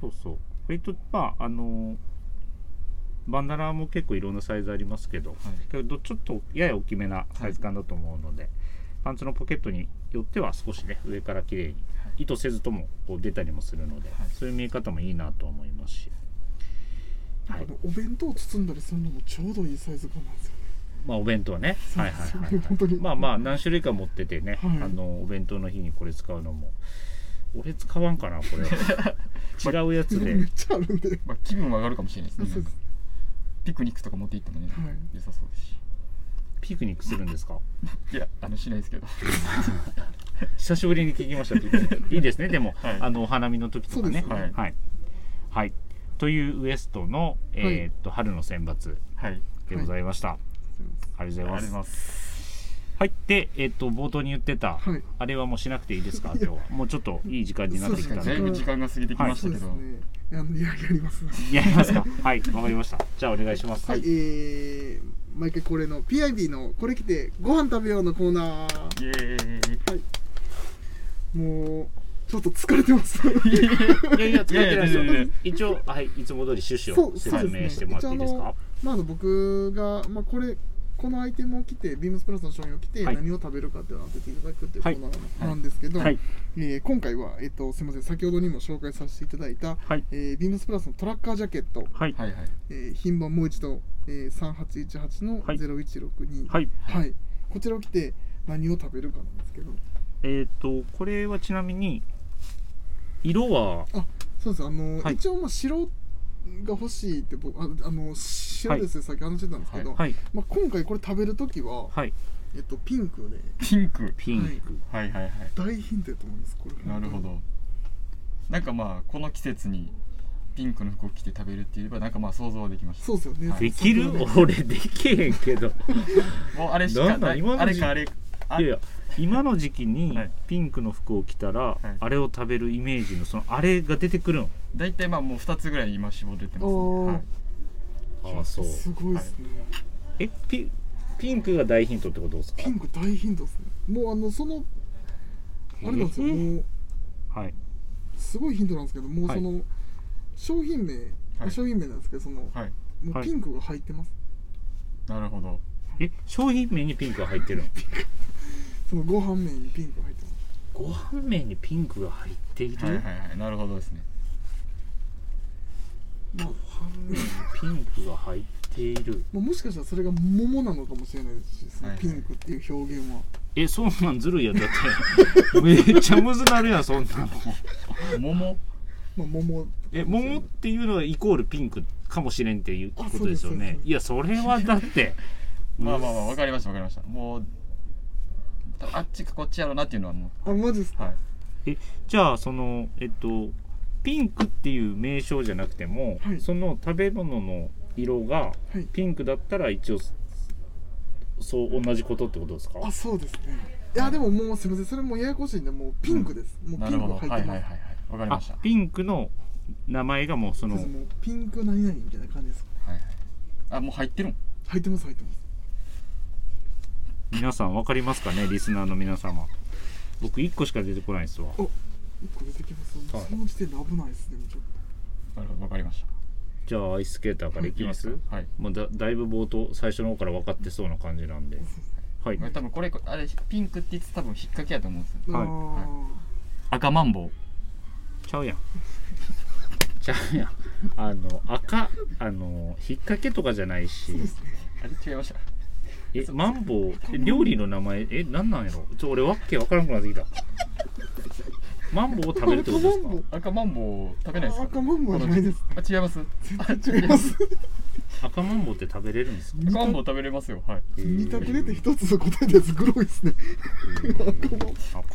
A: そうそう割とまああのバンダナも結構いろんなサイズありますけどけどちょっとやや大きめなサイズ感だと思うので、パンツのポケットによっては少しね上から綺麗に
B: はい
A: 意図せずともこう出たりもするので、
B: はい
A: そういう見え方もいいなと思いますし、は
C: あ
A: い
C: のお弁当を包んだりするのもちょうどいいサイズ感なんですよね
A: まあ、お弁当ね
C: そ
A: は
C: う
A: いはいはい、
C: そう本当に
A: まあまあ何種類か持っててね、
C: はい
A: あのお弁当の日にこれ使うのも俺使わんかなこ
C: *laughs*
A: れ違うやつで
C: めっちゃあるんで
B: まあ、気分は上がるかもしれないですね
C: そ
B: な
C: う
B: んか
C: です
B: ピクニックとか持って行ってもね、
C: はい
B: 良さそうですし
A: ピクニックするんですか
B: いやあのしないですけど *laughs*
A: 久しぶりに聞きましたピクニックいいですねでも、
B: はい
A: あのお花見の時とかね
C: そう
B: ですね
A: はい、はいというウエストの、えーっと春の選抜
B: はい
A: でございました、ありがとうございます
B: ます
A: はいで、えーっと冒頭に言ってた、
C: はい
A: あれはもうしなくていい *laughs* ですか今日はもうちょっといい時間になってきたの
C: そ
B: だ
C: う
A: で
B: いぶ時間が過ぎてきました
C: そう
B: け
C: です
B: ど、
C: ねあのいややりますね
A: やりますかはいわかりましたじゃあお願いします、
C: はい、えー、毎回恒例の PIB のこれ来てご飯食べようのコーナー。
B: イエーイ
C: もう、ちょっと疲れてます。
A: いやいや、使ってないです
B: いやいやい
A: よ
B: やいや。
A: 一応、はい、いつも通り趣
C: *laughs*
A: 旨を説明してもらっていいですか。
C: まあ、あの僕が、まあ、これ、このアイテムを着て、ビームスプラスの商品を着て、
A: はい
C: 何を食べるかっていうのを当てていただくっていうコ
A: はい
C: ーナーなんですけど、
A: はい、
C: えー今回は、えっと、すみません、先ほどにも紹介させていただいた、
A: はい、
C: えービームスプラスのトラッカージャケット、
A: はい、
B: はいはい
C: えー品番もう一度、えー、3818の
A: はい
C: 0162、
A: はい、
C: はい、こちらを着て何を食べるかなんですけど、
A: えっと、これはちなみに。色は、
C: そうですあの、
A: はい
C: 一応まあ白が欲しいって僕ああの白ですね、さっき話してたんですけど、
A: はい、
C: まあ、今回これ食べる時は、
A: はい、
C: えっと、ピンクで
B: ピンク
A: ピンク。
B: はいはいはい
C: 大ヒントやと思いますこれ
B: なるほどなんかまあこの季節にピンクの服を着て食べるっていうよりはなんかまあ想像はできました
C: そうですよね、
B: はい
A: できる
C: そこはね
A: 俺できへんけ *laughs* ど
B: もうあれし
A: な
B: か
A: んなん
B: ない
A: 今の
B: あれ
A: 時期
B: かあれあ
A: いやいや今の時期に
B: はい
A: ピンクの服を着たら、
B: い
A: あれを食べるイメージのそのあれが出てくるの
B: 大体まあもう2つぐらい今絞れてますね、
C: おー
B: はい、
A: ああそ
C: すごいですね、
A: えピピンクが大ヒントってことですか
C: ピンク大頻度ですねもうあのそのあれなんですよ、
A: えー
C: もう
A: はい
C: すごいヒントなんですけどもう
A: はい
C: その、商品名、
B: はい
C: 商品名なんですけどその、
B: はい
C: も
A: は
C: う
A: い
C: ピンクが入ってます、
B: なるほど
A: え商品名にピンクが入ってるの
C: そのご飯名にピンクが入ってます
A: ご飯名にピンクが入っている、
B: はいはいはいなるほどですね
A: ご飯名にピンクが入っている
C: もうもしかしたらそれが桃なのかもしれないですしそ
B: はい
C: の
B: はい
C: ピンクっていう表現は、
A: えそんなんずるいやんだってめっちゃむずなるやんそんなの
B: 桃
C: まあ桃
A: え桃っていうのはイコールピンクかもしれんっていうことですよ
C: あそうですそう
A: ね
C: です
A: いやそれはだって
B: まあまあまあわかりましたわかりましたもうたあっちかこっちやろうなっていうのはも
C: あマジです
B: う
C: か
B: はい
A: じゃあそのえっとピンクっていう名称じゃなくても、
C: はい
A: その食べ物の色が
C: はい
A: ピンクだったら一応そう同じことってことですか
C: あそうですねいやでももうすいませんそれもうややこしいんでもうピンクです、も
B: な
C: うピ
B: る
C: ンク
B: ほど
C: が
B: は
C: 入
B: い
C: って
B: はい
C: ます、
B: はいはいわかり
A: あ
B: ましたは
A: ピンクの名前がもうそ
C: そう
A: の
C: ですもうピンク何々みたいな感じです
B: いはいあもう入ってるん
C: 入ってます入ってます
A: 皆さん分かりますかねリスナーの皆様僕1個しか出てこないですわ
C: 一個出てきます、
A: はい
C: その時点で危ないですねちょっ
B: なるほどわかりました
A: じゃあアイススケーターからいきます
B: ですかはい
A: もうだだいぶ冒頭最初の方から分かってそうな感じなんではい
B: これ多分これあれピンクって言って多分引っ掛けやと思うんですよ
C: と
A: はい
C: あー
B: 赤マンボウ
A: ちゃうやんちゃうやん *laughs* あの赤あの引っ掛けとかじゃないし
B: あれ違いました
A: えマンボウえ料理の名前えなんなんやろちょ俺わっけわからんくなってきたマンボウを食べるってことですか
B: 赤マンボウ食べないですか
C: 赤マンボウはないです
B: あ違い
C: *laughs*
B: ます
C: 違います
A: 赤マンボウって食べれるんですか
B: 赤マンボウ食べれますよはい
C: 二択出て一つの答えのやつグロいですね
A: 赤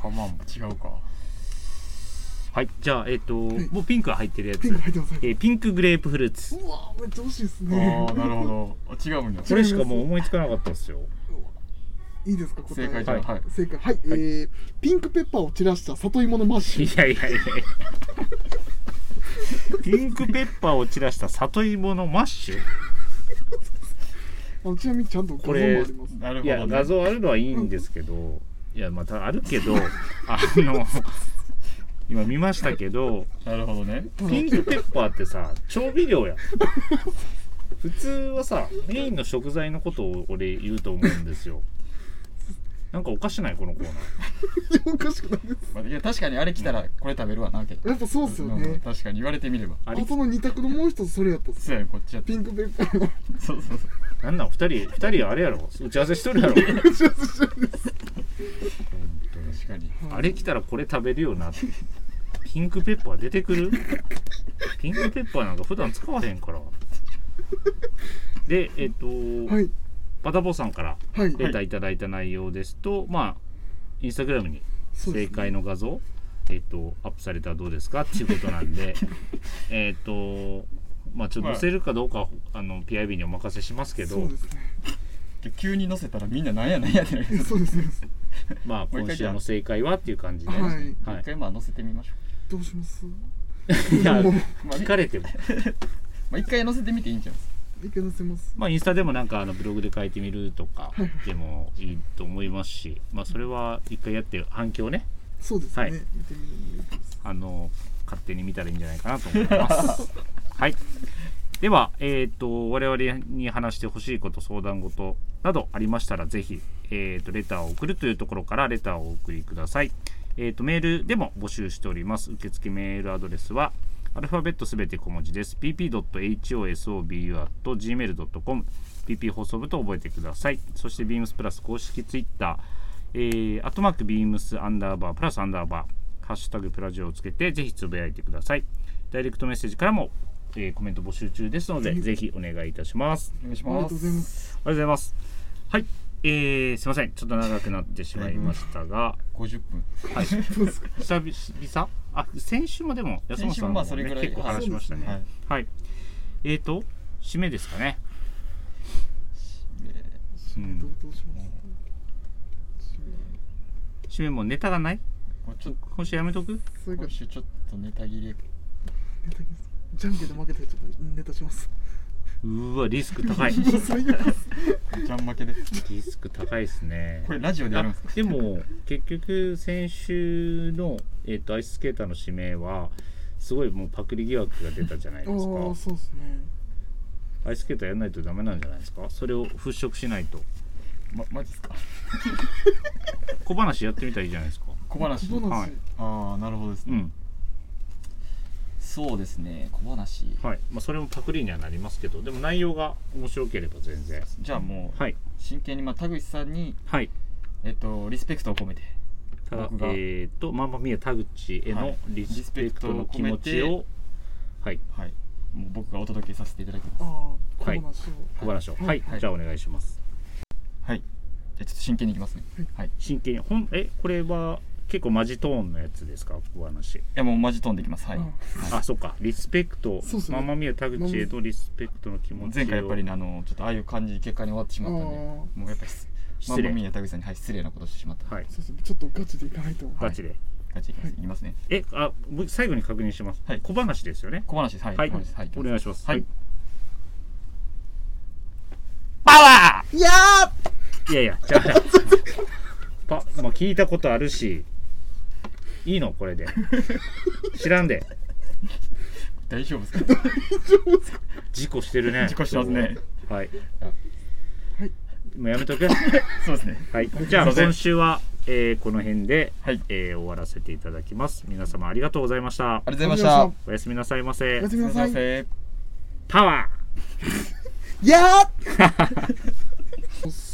A: マンボウ
B: 違うか
A: はいじゃあえっ、と
C: い
A: もうピンクが入ってるやつ
C: *laughs* ピンク入ってます入って
A: えーピンクグレープフルーツ
C: ますうわーめっちゃ惜しいです
B: ああ
C: ね
B: なるほどあ違うんだ
A: これしかもう思いつかなかったですよ
C: いいですか答え
B: 正解じゃん
A: は
B: はい
C: 正解はい、えー、ピンクペッパーを散らした里芋のマッシ
A: *laughs*
C: ュ
A: いやいやいやいや *laughs* ピンクペッパーを散らした里芋のマッシュ
C: あのちなみにちゃんと画像もあります
B: なる
A: い
B: ほ
A: や
B: ど
A: 画像あるのはいいんですけどいやまたあるけど *laughs* あの今見ましたけど
B: なるほどね
A: ピンクペッパーってさ調味料やん普通はさメインの食材のことを俺言うと思うんですよなんかおかしないこのコーナー
C: でもおかしくないです
B: まあいや確かにあれ来たらこれ食べるわなわけ
C: やっぱそうっすよ
B: うん
C: ね
B: 確かに言われてみれば
A: あ
C: あ
A: れ
C: その二択のもう一つそれやったっす
B: そうやこっちやって
C: ピンクペッパーの
B: そうそうそう
A: なんなん二人二人あれやろ打ち合わせしとるやろ
C: 打ち合わせしてるんです
B: 確かに
A: あれ来たらこれ食べるよなってピンクペッパー出てくるピンクペッパーなんか普段使わへんからでえっと、
C: はい
A: パタボさんから
C: はい
A: データいただいた内容ですと、まあインスタグラムに
C: そうで
A: 正
C: すね
A: 解の画像、えっとアップされたらどうですかっていうことなん
C: *laughs*
A: でえっとまあちょっと載せるかどうかはあの PIB にお任せしますけ
C: そ
A: ど
C: うですね
B: で急に乗せたらみんななんやなんやってなる
C: そうですね
A: まあ
B: もう一
A: 今
B: 回じ
A: 週
B: ゃあ
A: の正解はっていう感じで、
C: はい
A: はい
B: 一回まあ乗せてみましょ
C: どうします
A: いや
C: も
B: う
C: う
B: まあ
A: 聞
B: み
A: かれても
B: まあ一回乗せてみていいんじゃないですか
C: 一回載せます
A: まあ、インスタでもなんかあのブログで書いてみるとかでもいいと思いますし、まあ、それは一回やって反響ね
C: そうですね、
A: はい
C: 見てみる
A: あの勝手に見たらいいんじゃないかなと思い *laughs* ます。はい、では、えー、と我々に話してほしいこと相談事などありましたらぜひ、えー、とレターを送るというところからレターをお送りください。えー、とメールでも募集しております。受付メールアドレスはアルファベットすべて小文字です。pp.hosobu.gmail.com pp 放送部と覚えてください。そして beams プラス公式ツイッター、えー、アットマーク beams アンダーバープラスアンダーバー、ハッシュタグプラジオをつけてぜひつぶやいてください。ダイレクトメッセージからも、えーコメント募集中ですので、ぜひお願いいたします。
B: お願いし
C: ありがとうございます
A: ありがとうございます。はい。えー、すいませんちょっと長くなってしまいましたが、
B: 50分 *laughs*
A: はい、久々あ先週もでも安本さんの
B: 先週
A: 方
B: もまあそ
A: も、
B: れ
A: ね、
B: ぐらい
A: 結構話しましたね
B: はい
A: はい、えーと締めですかねうん
C: どうどうします
A: 締めもネタがない
B: これちょっと
A: 今週やめとく
C: それか
B: 今週ちょっとネタ切れ
C: ネタですじゃんけんで負けた人がネタします。
A: うーわリスク
B: *laughs*
A: 高い
C: 最悪です。
B: ジャン負けで
A: リスク高いですね
B: これラジオでやるんですか
A: でも結局先週の、えー、とアイススケーターの指名はすごいもうパクリ疑惑が出たじゃない
C: ああ
A: ですか
C: ー、そうですね。
A: アイススケーターやらないとダメなんじゃないですかそれを払拭しないと
B: まマジですか
A: 小話やってみたらいいじゃないですか
B: 小話
C: どうなん
A: は
C: で
A: い
C: す
B: ああなるほどです
A: う
B: ね、
A: ん
B: そうですね小話
A: はい、まあ、それもパクリにはなりますけどでも内容が面白ければ全然
B: じゃあもう
A: はい
B: 真剣にまあ田口さんに
A: はい
B: えっとリスペクトを込めて
A: ただ
B: 僕が
A: えっ、とマンマミヤ田口へ
B: は
A: の
B: い
A: リスペクトの気持ちをはい
B: はいもう僕がお届けさせていただきます
C: ああ、小
A: はい
C: 話を。
A: 小話をはい、
B: はい
A: じゃあお願いします
B: はいじゃあちょっと真剣にいきますねはいい
A: 真剣にほんえこれは結構マジトーンのやつですか小話
B: やもうマジ飛んでいきますはい、
C: うん
A: あそっかリスペクト
C: そうっすね
A: マンマミヤ田口へのリスペクトの気持ちを
B: 前回やっぱりねあのちょっとああいう感じ結果に終わってしまったんで
C: あー
B: もうやっぱり失
A: 失
B: まあ、
A: 礼
B: みや田口さんに、はい、失礼なことしてしまった
A: はい
C: そうですね。ちょっとガチでいかないと。
A: ガチで、
B: ガチいきますいきますね
A: えあ僕最後に確認します、
B: はい
A: 小話です
B: *laughs*
A: よね
B: 小話ですはい、
A: はい
B: 小話ですはい、
A: お願いします
B: はい、
D: パワ
C: いや
A: いやいや、じゃ
B: *laughs*
A: あ、パ、まあ、聞いたことあるし、いいのこれ
B: *laughs*
A: で。知らんで。
B: 大丈夫ですか
A: 事故してるね。
B: 事故してますね
A: はい。
C: はい
A: もうやめとけ。
B: そうですね
A: はい。じゃあ、
B: すいません
A: 今週は、えーこの辺で、
B: はい
A: えー終わらせていただきます。皆様ありがとうございました
B: あ。りがとうございました
C: ありがとう
A: おやすみなさいま
C: お
A: せ
C: やす
B: す
C: み
B: い
C: な
B: ま
C: さい。
B: せん
A: パワー
C: いやー
A: は